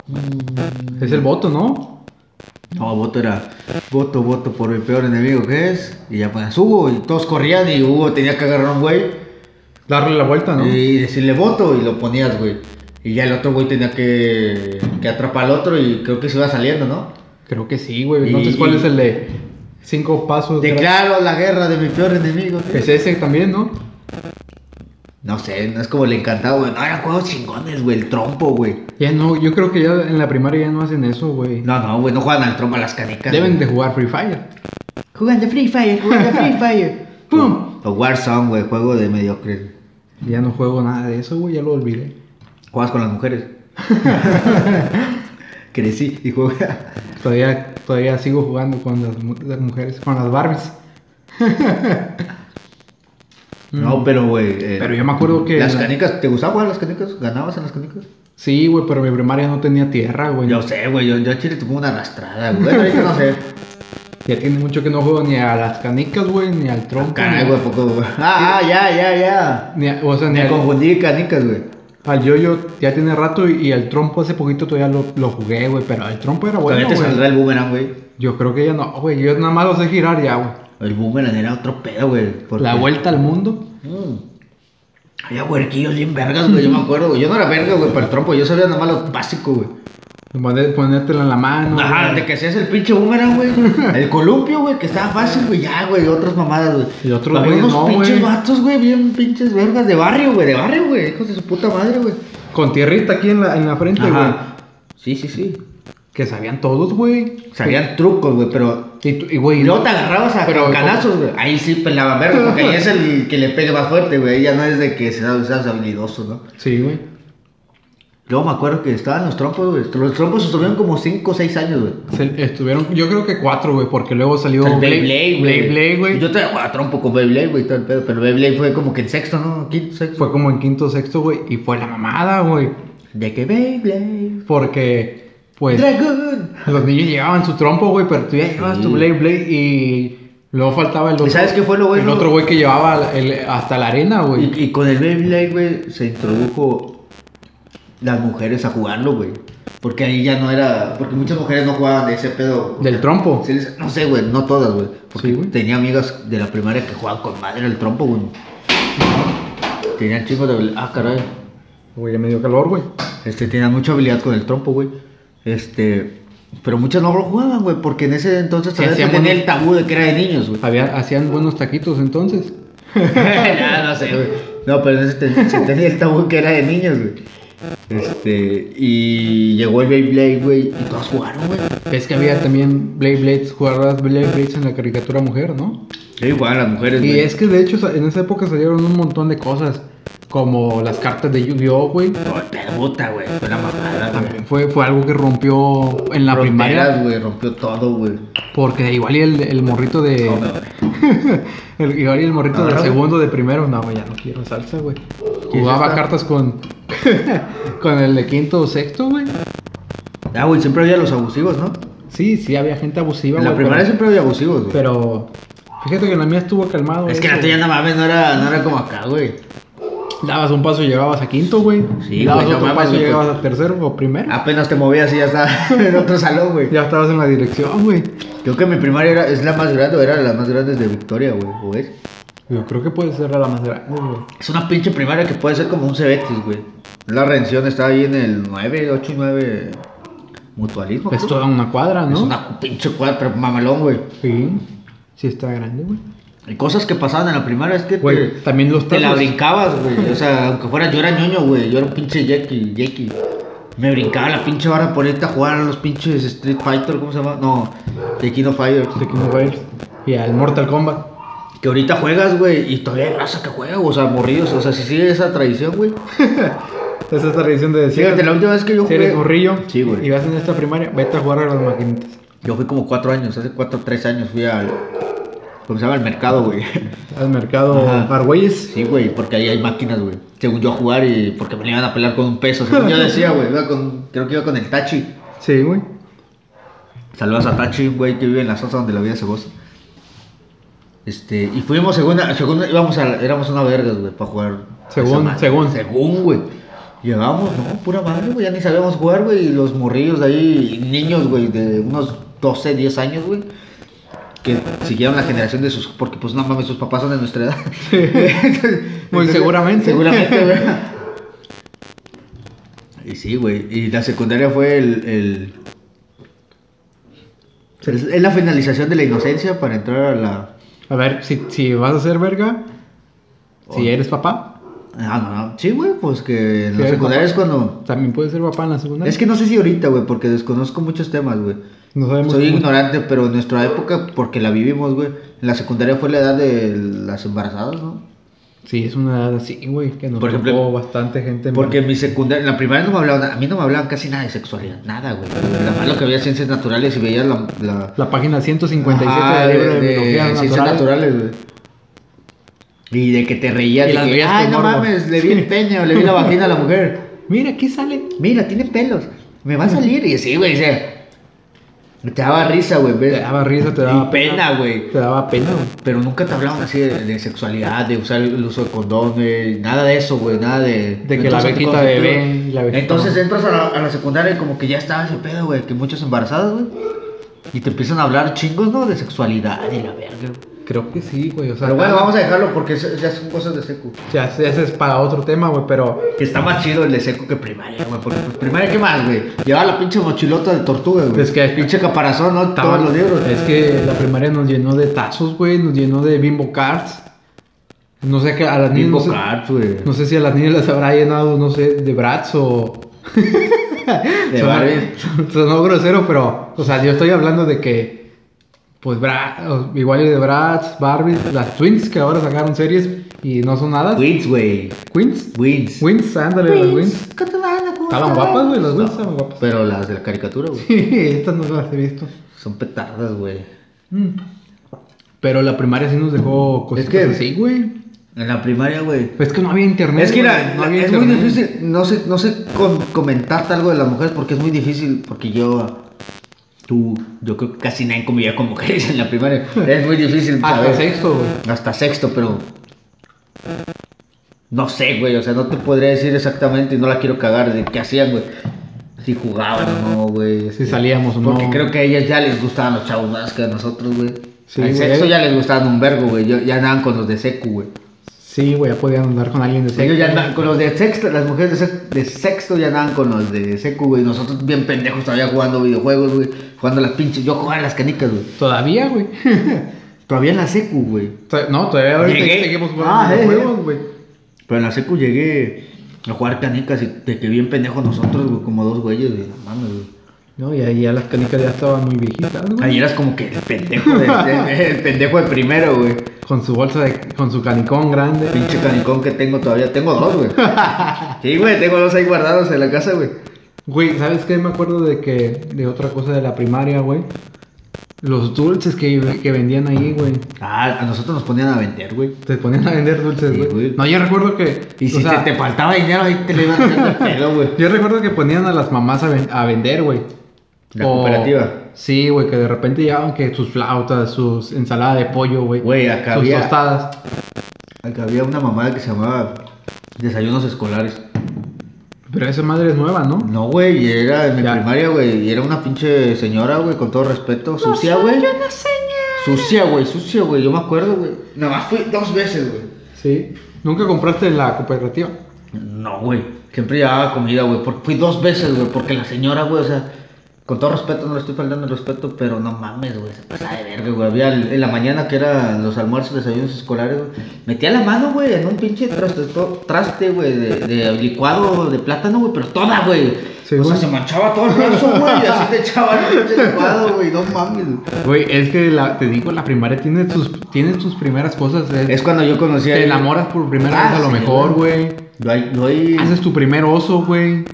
B: Mm.
A: Es el voto, ¿no?
B: No, voto era. Voto, voto por mi peor enemigo, ¿qué es? Y ya ponías Hugo, y todos corrían, y Hugo tenía que agarrar a un güey
A: Darle la vuelta, ¿no?
B: y decirle voto, y lo ponías, güey. Y ya el otro güey tenía que, que atrapar al otro, y creo que se iba saliendo, ¿no?
A: Creo que sí, güey.
B: Y-
A: Entonces, ¿cuál es el de 5 pasos?
B: Declaro la guerra de mi peor enemigo. ¿qué
A: Es ese también, ¿no?
B: No sé, no es como le encantaba, güey. No, eran juegos chingones, güey. El trompo, güey.
A: Ya no, yo creo que ya en la primaria ya no hacen eso, güey.
B: No, no, güey, no juegan al trompo a las canicas.
A: Deben de
B: güey.
A: jugar Free Fire.
B: Jugando Free Fire, jugando Free Fire.
A: ¡Pum!
B: ¡Pum! O Warzone, güey, juego de mediocre.
A: Ya no juego nada de eso, güey. Ya lo olvidé.
B: Juegas con las mujeres. Crecí y juega.
A: Todavía, todavía sigo jugando con las, mu- las mujeres, con las Barbies.
B: No, pero, güey. eh,
A: Mm. Pero yo me acuerdo que
B: Las
A: la-
B: canicas, ¿te gustaba jugar a las canicas? ¿Ganabas en las canicas?
A: Sí, güey, pero mi primaria no tenía tierra, güey.
B: Yo sé, güey. Yo, yo a Chile te pongo una arrastrada, güey. Bueno, ahorita no sé.
A: Ya tiene mucho que no juego ni a las canicas, güey, ni al tronco.
B: Caray,
A: ni-
B: güey, ¿a poco. güey? Ah, ah, ya, ya, ya.
A: ni a- o sea, ni
B: Me
A: al,
B: confundí canicas, güey.
A: al yo-yo ya tiene rato y, y al trompo hace poquito todavía lo, lo jugué, güey, pero el trompo era
B: Bueno,
A: bueno,
B: te
A: güey.
B: saldrá el boomerang, güey.
A: Yo creo que ya no, güey, yo nada más lo sé girar ya, güey.
B: El boomerang era otro pedo, güey. porque-
A: La vuelta al mundo.
B: Mm. Había huerquillos bien vergas, güey. Yo me acuerdo, güey. Yo no era verga, güey, para el trompo. Yo sabía nada más lo básico, güey.
A: Nomás de ponértela en la mano.
B: Ajá,
A: güey.
B: de que hacías el pinche boomerang, güey. El columpio, güey, que estaba fácil, güey. Ya, güey, otras mamadas, güey.
A: Y otros
B: Había
A: güeyes
B: unos
A: no,
B: pinches
A: güey.
B: vatos, güey, bien pinches vergas de barrio, güey. De barrio, güey. Hijos de su puta madre, güey.
A: Con tierrita aquí en la, en la frente, güey.
B: Ajá. Sí, sí, sí.
A: Que sabían todos, güey.
B: Sabían trucos, güey, pero.
A: Y, tú- y, güey,
B: Y luego te agarrabas a
A: Pero,
B: canazos, güey. Ahí sí pelaban verga, porque ahí es el que le pegue más fuerte, güey. Ahí ya no es de que seas, seas habilidoso, ¿no?
A: Sí, güey.
B: Luego me acuerdo que estaban los trompos, güey. Los trompos estuvieron como 5 o 6 años, güey.
A: Se- estuvieron, yo creo que cuatro, güey, porque luego salió
B: el
A: Blade-
B: Beyblade, güey.
A: Beyblade, güey.
B: Yo te jugaba trompo con Beyblade, güey, y todo el pedo. Pero Beyblade fue como que en sexto, ¿no? Quinto, sexto.
A: Fue como en quinto sexto, güey, y fue la mamada, güey.
B: De que Beyblade.
A: Porque, pues,
B: Dragon.
A: los niños llevaban su trompo, güey, pero tú ya llevabas tu
B: Sí.
A: Blade Blade y luego faltaba el otro.
B: sabes qué fue lo bueno?
A: El otro güey que llevaba el- hasta la arena, güey.
B: Y, y con el Beyblade, güey, se introdujo las mujeres a jugarlo, güey. Porque ahí ya no era. Porque muchas mujeres no jugaban de ese pedo. güey.
A: Del trompo.
B: Sí, les- No sé, güey, no todas, güey. Porque
A: Sí, güey.
B: tenía amigas de la primaria que jugaban con madre el trompo, güey. Tenían chicos de. habili- Ah, caray.
A: Güey, ya me dio calor, güey.
B: Este, tenían mucha habilidad con el trompo, güey. Este. Pero muchas no lo jugaban, güey, porque en ese entonces
A: Sí,
B: todavía se
A: hacían
B: tenía
A: buenos-
B: el tabú de que era de niños, güey.
A: Había- hacían buenos taquitos entonces.
B: Ah, no, no sé, güey. No, pero en ese ten- se tenía el tabú que era de niños, güey. Este, y llegó el Beyblade, güey, y todos jugaron, güey.
A: Es que había también Blade Blades, jugadoras Blade Blades en la caricatura mujer, ¿no?
B: Sí, jugaban las mujeres,
A: Y
B: güey.
A: es que de hecho sa- en esa época salieron un montón de cosas, como las cartas de Yu-Gi-Oh, güey.
B: No, pero puta, güey. Fue una mamada, güey.
A: También fue, fue algo que rompió en la primaria.
B: Fronteras, güey, rompió todo, güey.
A: Porque igual y el, el morrito de.
B: No, no, güey.
A: el, igual y el morrito de
B: Ahora, güey.
A: segundo de primero. No, güey, ya no quiero salsa, güey. Jugaba
B: esta?
A: cartas con. con el de quinto o sexto, güey.
B: Ah, güey, siempre había los abusivos, ¿no?
A: Sí, sí, había gente abusiva,
B: En la
A: güey,
B: primaria
A: pero,
B: siempre había abusivos, güey.
A: pero Fíjate que la mía estuvo calmado.
B: Es que
A: eso,
B: la tuya, no mames, no era, no era como acá, güey.
A: güey. Dabas un paso y llegabas a quinto, güey.
B: Sí,
A: Dabas
B: güey, no
A: otro
B: mames,
A: paso y
B: güey. Ah.
A: llegabas a tercero o primero.
B: Apenas te movías y ya estabas en otro salón, güey.
A: Ya estabas en la dirección, güey.
B: Creo que mi primaria era, es la más grande, o era la más grande de Victoria, güey. ¿O es?
A: Yo creo que puede ser la más grande, güey.
B: Es una pinche primaria que puede ser como un Cebetis, güey. La redención está ahí en el 9, 8, 9 mutualismo.
A: Es
B: creo.
A: toda una cuadra, ¿no?
B: es una pinche cuadra, pero mamalón, güey.
A: Sí. Sí está grande, güey.
B: Y cosas que pasaban en la primaria es que
A: Güey,
B: te,
A: también los
B: te la
A: tazos.
B: brincabas, güey. O sea, aunque fuera yo era ñoño, güey. Yo era un pinche Jackie, Jackie. Me brincaba la pinche barra por irte a jugar a los pinches Street Fighter, ¿cómo se llama? No, The King of Fighters.
A: de King of Fighters y al Mortal Kombat.
B: Que ahorita juegas, güey, y todavía hay raza que juega, o sea, morridos. O sea, si sigue esa tradición, güey.
A: Esa es la tradición de decir.
B: Fíjate, la última vez que yo
A: Si
B: jugué.
A: eres morrillo
B: Sí, güey.
A: y vas en esta primaria, vete a jugar a las maquinitas.
B: Yo fui como cuatro años, hace cuatro o tres años fui al. ¿Cómo se llama? Al mercado, güey.
A: Al mercado
B: Ajá.
A: Argüelles.
B: Sí, güey, porque ahí hay máquinas, güey. Según yo a jugar y porque me le iban a pelar con un peso. Según yo decía, güey, iba con- creo que iba con el Tachi.
A: Sí, güey.
B: Saludos a Tachi, güey, que vive en la zona donde la vida se goza. Este, y fuimos según, según íbamos a, éramos una vergas, güey, para jugar.
A: Según,
B: esa madre.
A: según.
B: Según, güey. Llegamos, no, pura madre, güey, ya ni sabíamos jugar, güey, y los morrillos de ahí, niños, güey, de unos 12, 10 años, güey, que siguieron la generación de sus, porque pues no mames, sus papás son de nuestra edad.
A: Muy
B: Entonces,
A: seguramente.
B: Seguramente, güey. Y sí, güey, y la secundaria fue el- el es es la finalización de la inocencia para entrar a la.
A: A ver, si, si vas a ser verga, si
B: Oye.
A: eres papá,
B: Ah, no, no. Sí, güey, pues que en
A: Sí,
B: la
A: es
B: secundaria es cuando.
A: también puedes ser papá en la segunda.
B: Es que no sé si ahorita, güey, porque desconozco muchos temas, güey.
A: no sabemos.
B: Soy
A: cómo-
B: ignorante, pero en nuestra época, porque la vivimos, güey. En la secundaria fue la edad de las embarazadas, ¿no?
A: Sí, es una edad así, güey, que nos
B: Por ejemplo,
A: tocó bastante gente.
B: Porque en mi secundaria, en la primaria no me hablaban, a mí no me hablaban casi nada de sexualidad, nada, güey. Nada más lo que veía ciencias naturales y veía la. la
A: la página 157
B: Ajá,
A: del libro de, biología
B: ciencias
A: natural.
B: naturales, güey. Y de que te reías.
A: Y
B: de
A: las
B: que,
A: veías
B: Ay,
A: con
B: no
A: morbo".
B: mames, le vi el peño, le vi la vagina a la mujer.
A: Mira, aquí sale.
B: Mira, tiene pelos. Me va a salir. Y así, güey, o sea, Te daba risa, güey.
A: Te
B: ¿ves?
A: daba risa, te
B: Y
A: daba
B: pena, güey.
A: Te daba pena, güey.
B: Pero nunca te hablaban así de, de sexualidad, de usar el uso de condones, nada de eso, güey, nada de...
A: De que la
B: entonces,
A: abejita
B: cosas,
A: bebé,
B: pero-
A: la abejita
B: Entonces
A: mamá.
B: entras a la, a la secundaria y como que ya estaba ese pedo, güey, que muchos embarazados, güey. Y te empiezan a hablar chingos, ¿no? De sexualidad y la verga. güey.
A: Creo que sí, güey. O sea,
B: Pero bueno,
A: cada-
B: vamos a dejarlo porque es- ya son cosas de secu.
A: Ya, ese es para otro tema, güey, pero...
B: Que está más chido el de seco que primaria, güey. Porque pues, primaria, ¿qué más, güey? Llevaba la pinche mochilota de tortuga, güey.
A: Es que-
B: Pinche caparazón, ¿no?
A: estaba-
B: Todos los libros.
A: Es que la primaria nos llenó de tazos, güey, nos llenó de bimbo cards. No sé qué, a las niñas...
B: Tipo
A: no sé-
B: Cards, güey.
A: No sé si a las niñas las habrá llenado, no sé, de Bratz o...
B: De
A: Sonó-
B: Barbie.
A: Sonó grosero, pero... O sea, yo estoy hablando de que... Pues Bratz, o- igual de Bratz, Barbie, las Twins que ahora sacaron series y no son nada.
B: Wins, güey.
A: Queens.
B: Wins.
A: Wins, ándale, las Wins. Estaban guapas, güey, las
B: No,
A: Wins estaban guapas.
B: Pero las de la caricatura, güey.
A: Estas no las he visto.
B: Son petardas, güey.
A: Mm. Pero la primaria sí nos dejó cositas
B: que-
A: así, güey.
B: En la primaria, güey.
A: Es que no había internet.
B: Es que
A: güey,
B: la-
A: no
B: la-
A: había
B: es muy
A: internet.
B: difícil, no sé, no sé com- comentarte algo de las mujeres porque es muy difícil, porque yo, tú, yo creo que casi nadie convivía con mujeres en la primaria. Es muy difícil,
A: Hasta
B: ¿sabes?
A: sexto, güey.
B: Hasta sexto, pero... No sé, güey, o sea, no te podría decir exactamente y no la quiero cagar de qué hacían, güey. Si jugaban o no, güey. este,
A: Si salíamos o no.
B: Porque creo que a ellas ya les gustaban los chavos más que a nosotros, güey.
A: Sí,
B: Al
A: güey.
B: sexto ya les gustaban un vergo, güey. yo- Ya andaban con los de secu, güey.
A: Sí, güey, ya podían andar con alguien de sexto.
B: Ellos ya andaban con los de sexto, las mujeres de sexto, de sexto ya andaban con los de secu, güey. Nosotros bien pendejos todavía jugando videojuegos, güey. Jugando a las pinches. Yo jugaba a las canicas, güey.
A: Todavía, güey.
B: Todavía en la secu, güey.
A: To- no, todavía ahorita
B: Llegué.
A: seguimos
B: Ah,
A: jugando
B: eh,
A: juegos, güey.
B: Pero en la secu llegué a jugar canicas y de que bien pendejos nosotros, güey. Como dos güeyes, güey. No mames, güey.
A: No, y ahí ya las canicas ya estaban muy viejitas, güey.
B: Ahí eras como que el pendejo de, de- el pendejo de primero, güey.
A: Con su bolsa de. con su canicón grande.
B: Pinche canicón que tengo todavía. Tengo dos, güey. Sí, güey, tengo dos ahí guardados en la casa, güey.
A: Güey, ¿sabes qué? Me acuerdo de que. de otra cosa de la primaria, güey. Los dulces que, que vendían ahí, güey.
B: Ah, a nosotros nos ponían a vender, güey.
A: Te ponían a vender dulces,
B: Sí,
A: güey.
B: güey.
A: No, yo recuerdo que.
B: Y
A: o
B: si
A: sea,
B: te, te faltaba dinero, ahí te lo iban a hacer de pedo, güey.
A: Yo recuerdo que ponían a las mamás a, ven- a vender, güey.
B: La cooperativa.
A: Sí, güey, que de repente llevaban que sus flautas, sus ensalada de pollo, güey.
B: Güey, acá
A: Sus
B: había-
A: tostadas.
B: Acá había una mamada que se llamaba Desayunos Escolares.
A: Pero esa madre es nueva, ¿no?
B: No, güey, y era en mi
A: Ya.
B: primaria, güey. Y era una pinche señora, güey, con todo respeto. Sucia, güey. Sucia, güey, sucia, güey. Yo me acuerdo, güey. Nada más fui dos veces, güey.
A: Sí. ¿Nunca compraste en la cooperativa?
B: No, güey. Siempre llevaba comida, güey. Porque fui dos veces, güey. Porque la señora, güey, o sea, con todo respeto, no le estoy faltando el respeto, pero no mames, güey. Se pasaba de verga, güey. Había el- en la mañana que eran los almuerzos, desayunos escolares, güey. Metía la mano, güey, en un pinche traste, to- traste, güey, de, de licuado de plátano, güey, pero toda, güey.
A: Sí,
B: o sea,
A: güey.
B: se manchaba todo el brazo, güey. Y así te echaba el pinche licuado, güey. No mames, güey.
A: Güey, es que la, te digo, la primaria tiene sus, tiene sus primeras cosas. eh.
B: Es cuando yo conocí a.
A: te enamoras por primera
B: Ah,
A: vez a lo
B: sí,
A: mejor, güey.
B: Yo ahí. Yo ahí...
A: Haces tu primer oso, güey.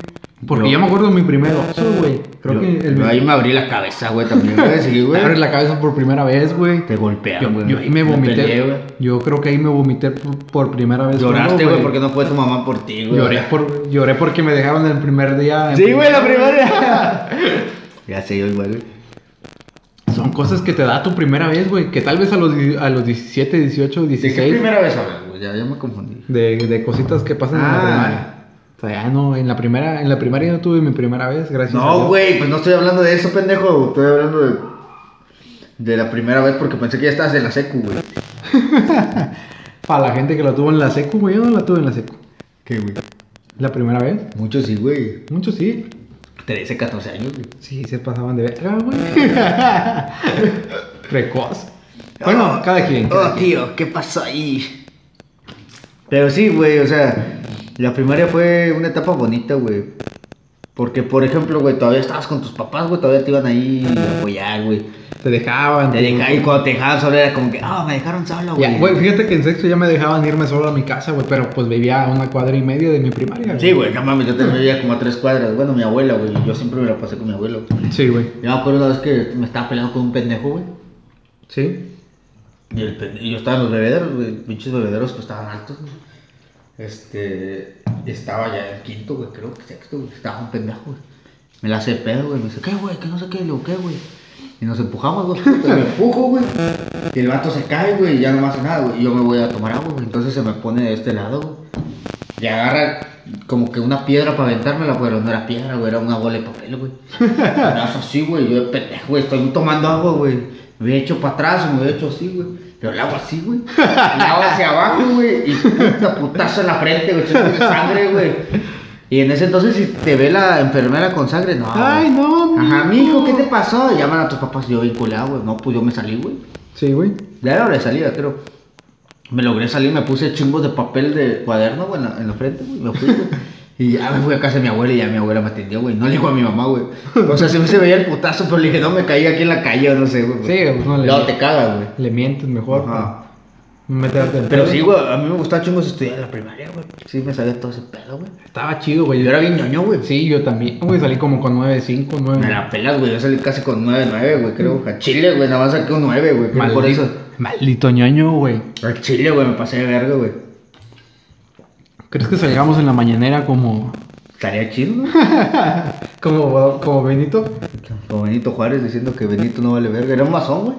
A: Porque
B: Yo-
A: yo me acuerdo de mi primer oso, güey. Creo
B: yo-
A: que el
B: yo ahí me abrí la cabeza, güey, también, güey. Sí,
A: Te
B: güey.
A: abres la cabeza por primera vez, güey.
B: Te golpean,
A: Yo,
B: güey.
A: yo ahí me vomité.
B: peleé, güey.
A: yo creo que ahí me vomité por, por primera vez.
B: Lloraste,
A: solo,
B: güey, porque no fue tu mamá por ti, güey.
A: Lloré, por, lloré porque me dejaron el primer día. en
B: Sí, güey, la
A: primaria.
B: primera. ya sé, yo igual, güey.
A: Son cosas que te da tu primera vez, güey. Que tal vez a los, di- a los 17, 18,
B: ¿De
A: 16.
B: qué primera vez hablas, güey? Ya, ya me confundí.
A: De, de cositas que pasan en la
B: Ah.
A: primaria. O sea, ya no, en la primera, en la primaria no tuve mi primera vez, gracias a
B: No,
A: Dios.
B: güey, pues no estoy hablando de eso, pendejo. Estoy hablando de, de la primera vez porque pensé que ya estabas en la secu, güey.
A: Para la gente que la tuvo en la secu, güey, yo no la tuve en la secu.
B: ¿Qué, güey?
A: La primera vez,
B: Muchos sí, güey.
A: muchos sí.
B: 13, 14 años, güey.
A: Sí, se pasaban de verga, güey. Precoz. Bueno,
B: Oh,
A: cada quien. cada
B: oh,
A: quien.
B: tío, ¿qué pasó ahí? Pero sí, güey, o sea, la primaria fue una etapa bonita, güey. Porque, por ejemplo, güey, todavía estabas con tus papás, güey, todavía te iban ahí a apoyar, güey.
A: Te dejaban.
B: Te dejaban, y cuando te dejaban solo era como que, ah, me dejaron solo, güey.
A: Ya, güey, fíjate que en sexto ya me dejaban irme solo a mi casa, güey, pero pues vivía a una cuadra y media de mi primaria. güey.
B: Sí, güey, no mames, yo te veía como a tres cuadras. Bueno, mi abuela, güey, yo siempre me la pasé con mi abuelo.
A: Sí, güey.
B: Yo me acuerdo una vez que me estaba peleando con un pendejo, güey.
A: Sí.
B: Y, el pen- y yo estaba en los bebederos, güey, pinches bebederos que estaban altos, güey. Este, estaba ya en quinto, güey, creo que sexto, güey. Estaba un pendejo, güey. Me la hace de pedo, güey. Me dice, ¿qué, güey? ¿Qué no sé qué? Le digo, ¿qué, güey? Y nos empujamos, güey. Me empujo, güey. Y el vato se cae, güey, y ya no me hace nada, güey. Y yo me voy a tomar agua, güey. Entonces se me pone de este lado, güey. Y agarra como que una piedra para aventármela, pero no era piedra, güey, era una bola de papel, güey. Brazo así, güey, yo de pendejo, güey, estoy tomando agua, güey. Me he hecho para atrás, me he hecho así, güey. Pero el agua así, güey. El agua hacia abajo, güey. Y puta putazo en la frente, güey, chingo de sangre, güey. Y en ese entonces, si te ve la enfermera con sangre, no. güey.
A: Ay, no,
B: Ajá,
A: mijo.
B: mijo, ¿qué te pasó? Y Llaman a tus papás, yo vinculado, güey. No, pues yo me salí, güey.
A: Sí, güey.
B: Ya era hora de salida, creo. Me logré salir, me puse chingos de papel de cuaderno, güey, en la, en la frente, güey. Me fui, güey. Y ya me fui a casa de mi abuela y ya mi abuela me atendió, güey. No le dijo a mi mamá, güey. O sea, siempre se veía el putazo, pero le dije, no, me caí aquí en la calle, o no sé, güey.
A: Sí, pues, no le-
B: Luego te cagas, güey.
A: Le mientes mejor.
B: Ajá.
A: para no meterte en
B: Pero
A: pedo.
B: sí, güey, a mí me gustaba chingos estudiar en la primaria, güey. Sí, me sabía todo ese pedo, güey.
A: Estaba chido, güey.
B: Yo era bien ñoño, güey.
A: Sí, yo también, güey. Salí como con 9.5, 9.
B: Me la pelas, güey. Yo salí casi con 9-9, güey, creo. A Chile, güey, nada más saqué un 9, güey. creo, Por eso.
A: Maldito ñoño, güey.
B: Al Chile, güey, me pasé de verga, güey.
A: ¿Crees que salgamos en la mañanera como.
B: Estaría chido, ¿no?
A: como, como Benito?
B: Como Benito Juárez diciendo que Benito no vale verga. Era un masón, güey.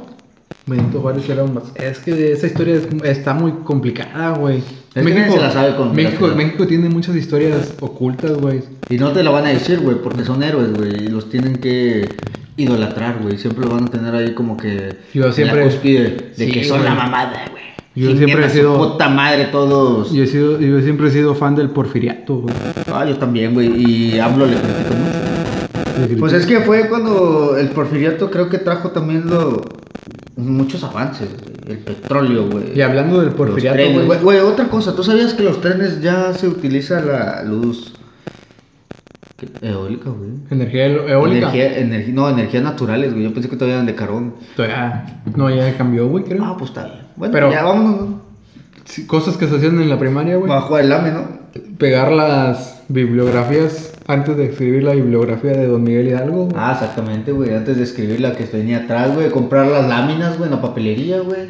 A: Benito Juárez era un mas- Es que esa historia es- está muy complicada, güey.
B: que nadie se la sabe con-
A: México,
B: la-
A: México tiene muchas historias ocultas, güey.
B: Y no te lo van a decir, güey, porque son héroes, güey. Y los tienen que idolatrar, güey. Siempre lo van a tener ahí como que.
A: Yo
B: en
A: siempre-
B: La cúspide de
A: Sí,
B: que son
A: güey.
B: la mamada, güey.
A: Yo
B: Chinguen
A: siempre he
B: a su
A: sido-
B: Puta madre, todos.
A: Yo, he sido, yo siempre he sido fan del porfiriato, güey.
B: Ah, yo también, güey. Y hablo le critico mucho. Pues es que fue cuando el porfiriato creo que trajo también lo... muchos avances, güey. El petróleo, güey.
A: Y hablando del
B: Los
A: porfiriato,
B: trenes,
A: güey.
B: güey. Güey, otra cosa, ¿tú sabías que los trenes ya se utiliza la luz ¿Qué? eólica, güey?
A: Energía eo- eólica.
B: Energía, energi- no, energías naturales, güey. Yo pensé que todavía eran de carbón.
A: Todavía- No, ya cambió, güey, creo.
B: Ah, pues está bien. Bueno,
A: Pero-
B: ya vámonos. ¿no?
A: Sí, cosas que se hacían en la primaria, güey.
B: Bajo el lame, ¿no?
A: Pegar las bibliografías antes de escribir la bibliografía de Don Miguel Hidalgo. güey.
B: Ah, exactamente, güey. Antes de escribir la que venía atrás, güey. Comprar las láminas, güey, en la papelería, güey.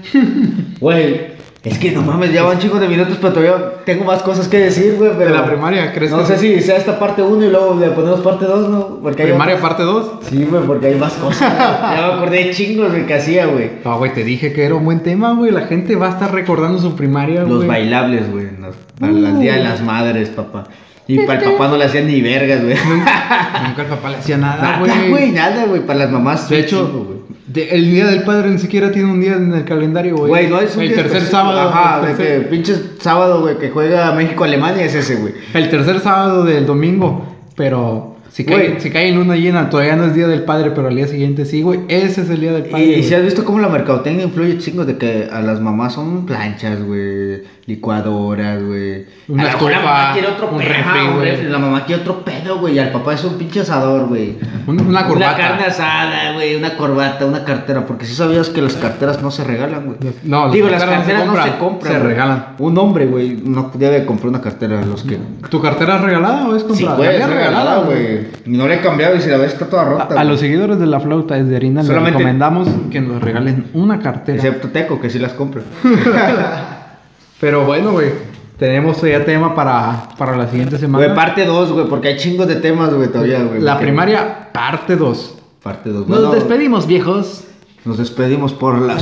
B: Güey, es que no mames, ya van chicos de minutos, pero todavía tengo más cosas que decir, güey. Pero
A: De la primaria, ¿crees
B: No
A: que
B: sé
A: sí?
B: si sea esta parte 1 y luego le ponemos parte 2, ¿no? Porque hay
A: Primaria
B: otras-
A: parte 2.
B: Sí, güey, porque hay más cosas. güey. ya me acordé de chingos, güey, que hacía, güey.
A: Ah, güey, te dije que era un buen tema, güey. La gente va a estar recordando su primaria, güey.
B: Los bailables, güey. en los- Para las días de las madres, papá. Y para el papá no le hacían ni vergas, güey.
A: Nunca el papá le hacía nada,
B: Nada, güey, nada, güey. Para las mamás.
A: De
B: sí,
A: hecho,
B: chingo, güey.
A: de- el Día del Padre ni siquiera tiene un día en el calendario, güey.
B: Güey, no es un
A: El
B: día
A: tercer
B: específico.
A: sábado.
B: Ajá,
A: el,
B: de que
A: tercer,
B: pinche sábado, güey, que juega México-Alemania es ese, güey.
A: el tercer sábado del domingo, pero... Si cae,
B: Güey.
A: si cae en luna llena, todavía no es Día del Padre, pero al día siguiente sí, güey. Ese es el Día del Padre.
B: Y,
A: güey.
B: si has visto cómo la mercadotecnia influye chingos de que a las mamás son planchas, güey, licuadoras, güey.
A: Una
B: a lo
A: estufa,
B: mejor la mamá quiere otro
A: un
B: pedo,
A: refri,
B: un
A: güey.
B: refri, la mamá quiere otro pedo, güey, y al papá es un pinche asador, güey.
A: Un- una corbata.
B: carne asada, güey, una corbata, una cartera, porque si sabías que las carteras no se regalan, güey.
A: No, las
B: Digo, las
A: carteras
B: carteras
A: no
B: no
A: se
B: se compran,
A: se
B: güey.
A: regalan.
B: Un hombre, güey, no debe comprar una cartera, los que...
A: ¿Tu cartera es regalada o es
B: Sí,
A: comprada?
B: güey,
A: La mía
B: es
A: es
B: regalada, güey. No le he cambiado y si la ves está toda
A: A,
B: rota.
A: a
B: güey.
A: los seguidores de la flauta es de harina les
B: Solamente-
A: recomendamos que nos regalen una cartera.
B: Excepto Teco, que sí las compra.
A: Pero bueno, güey, tenemos ya tema para, para la siguiente semana.
B: Güey, parte 2, güey, porque hay chingos de temas, güey, todavía, güey.
A: la
B: Porque-
A: primaria, parte 2.
B: Parte 2.
A: Nos despedimos, viejos.
B: Nos despedimos por las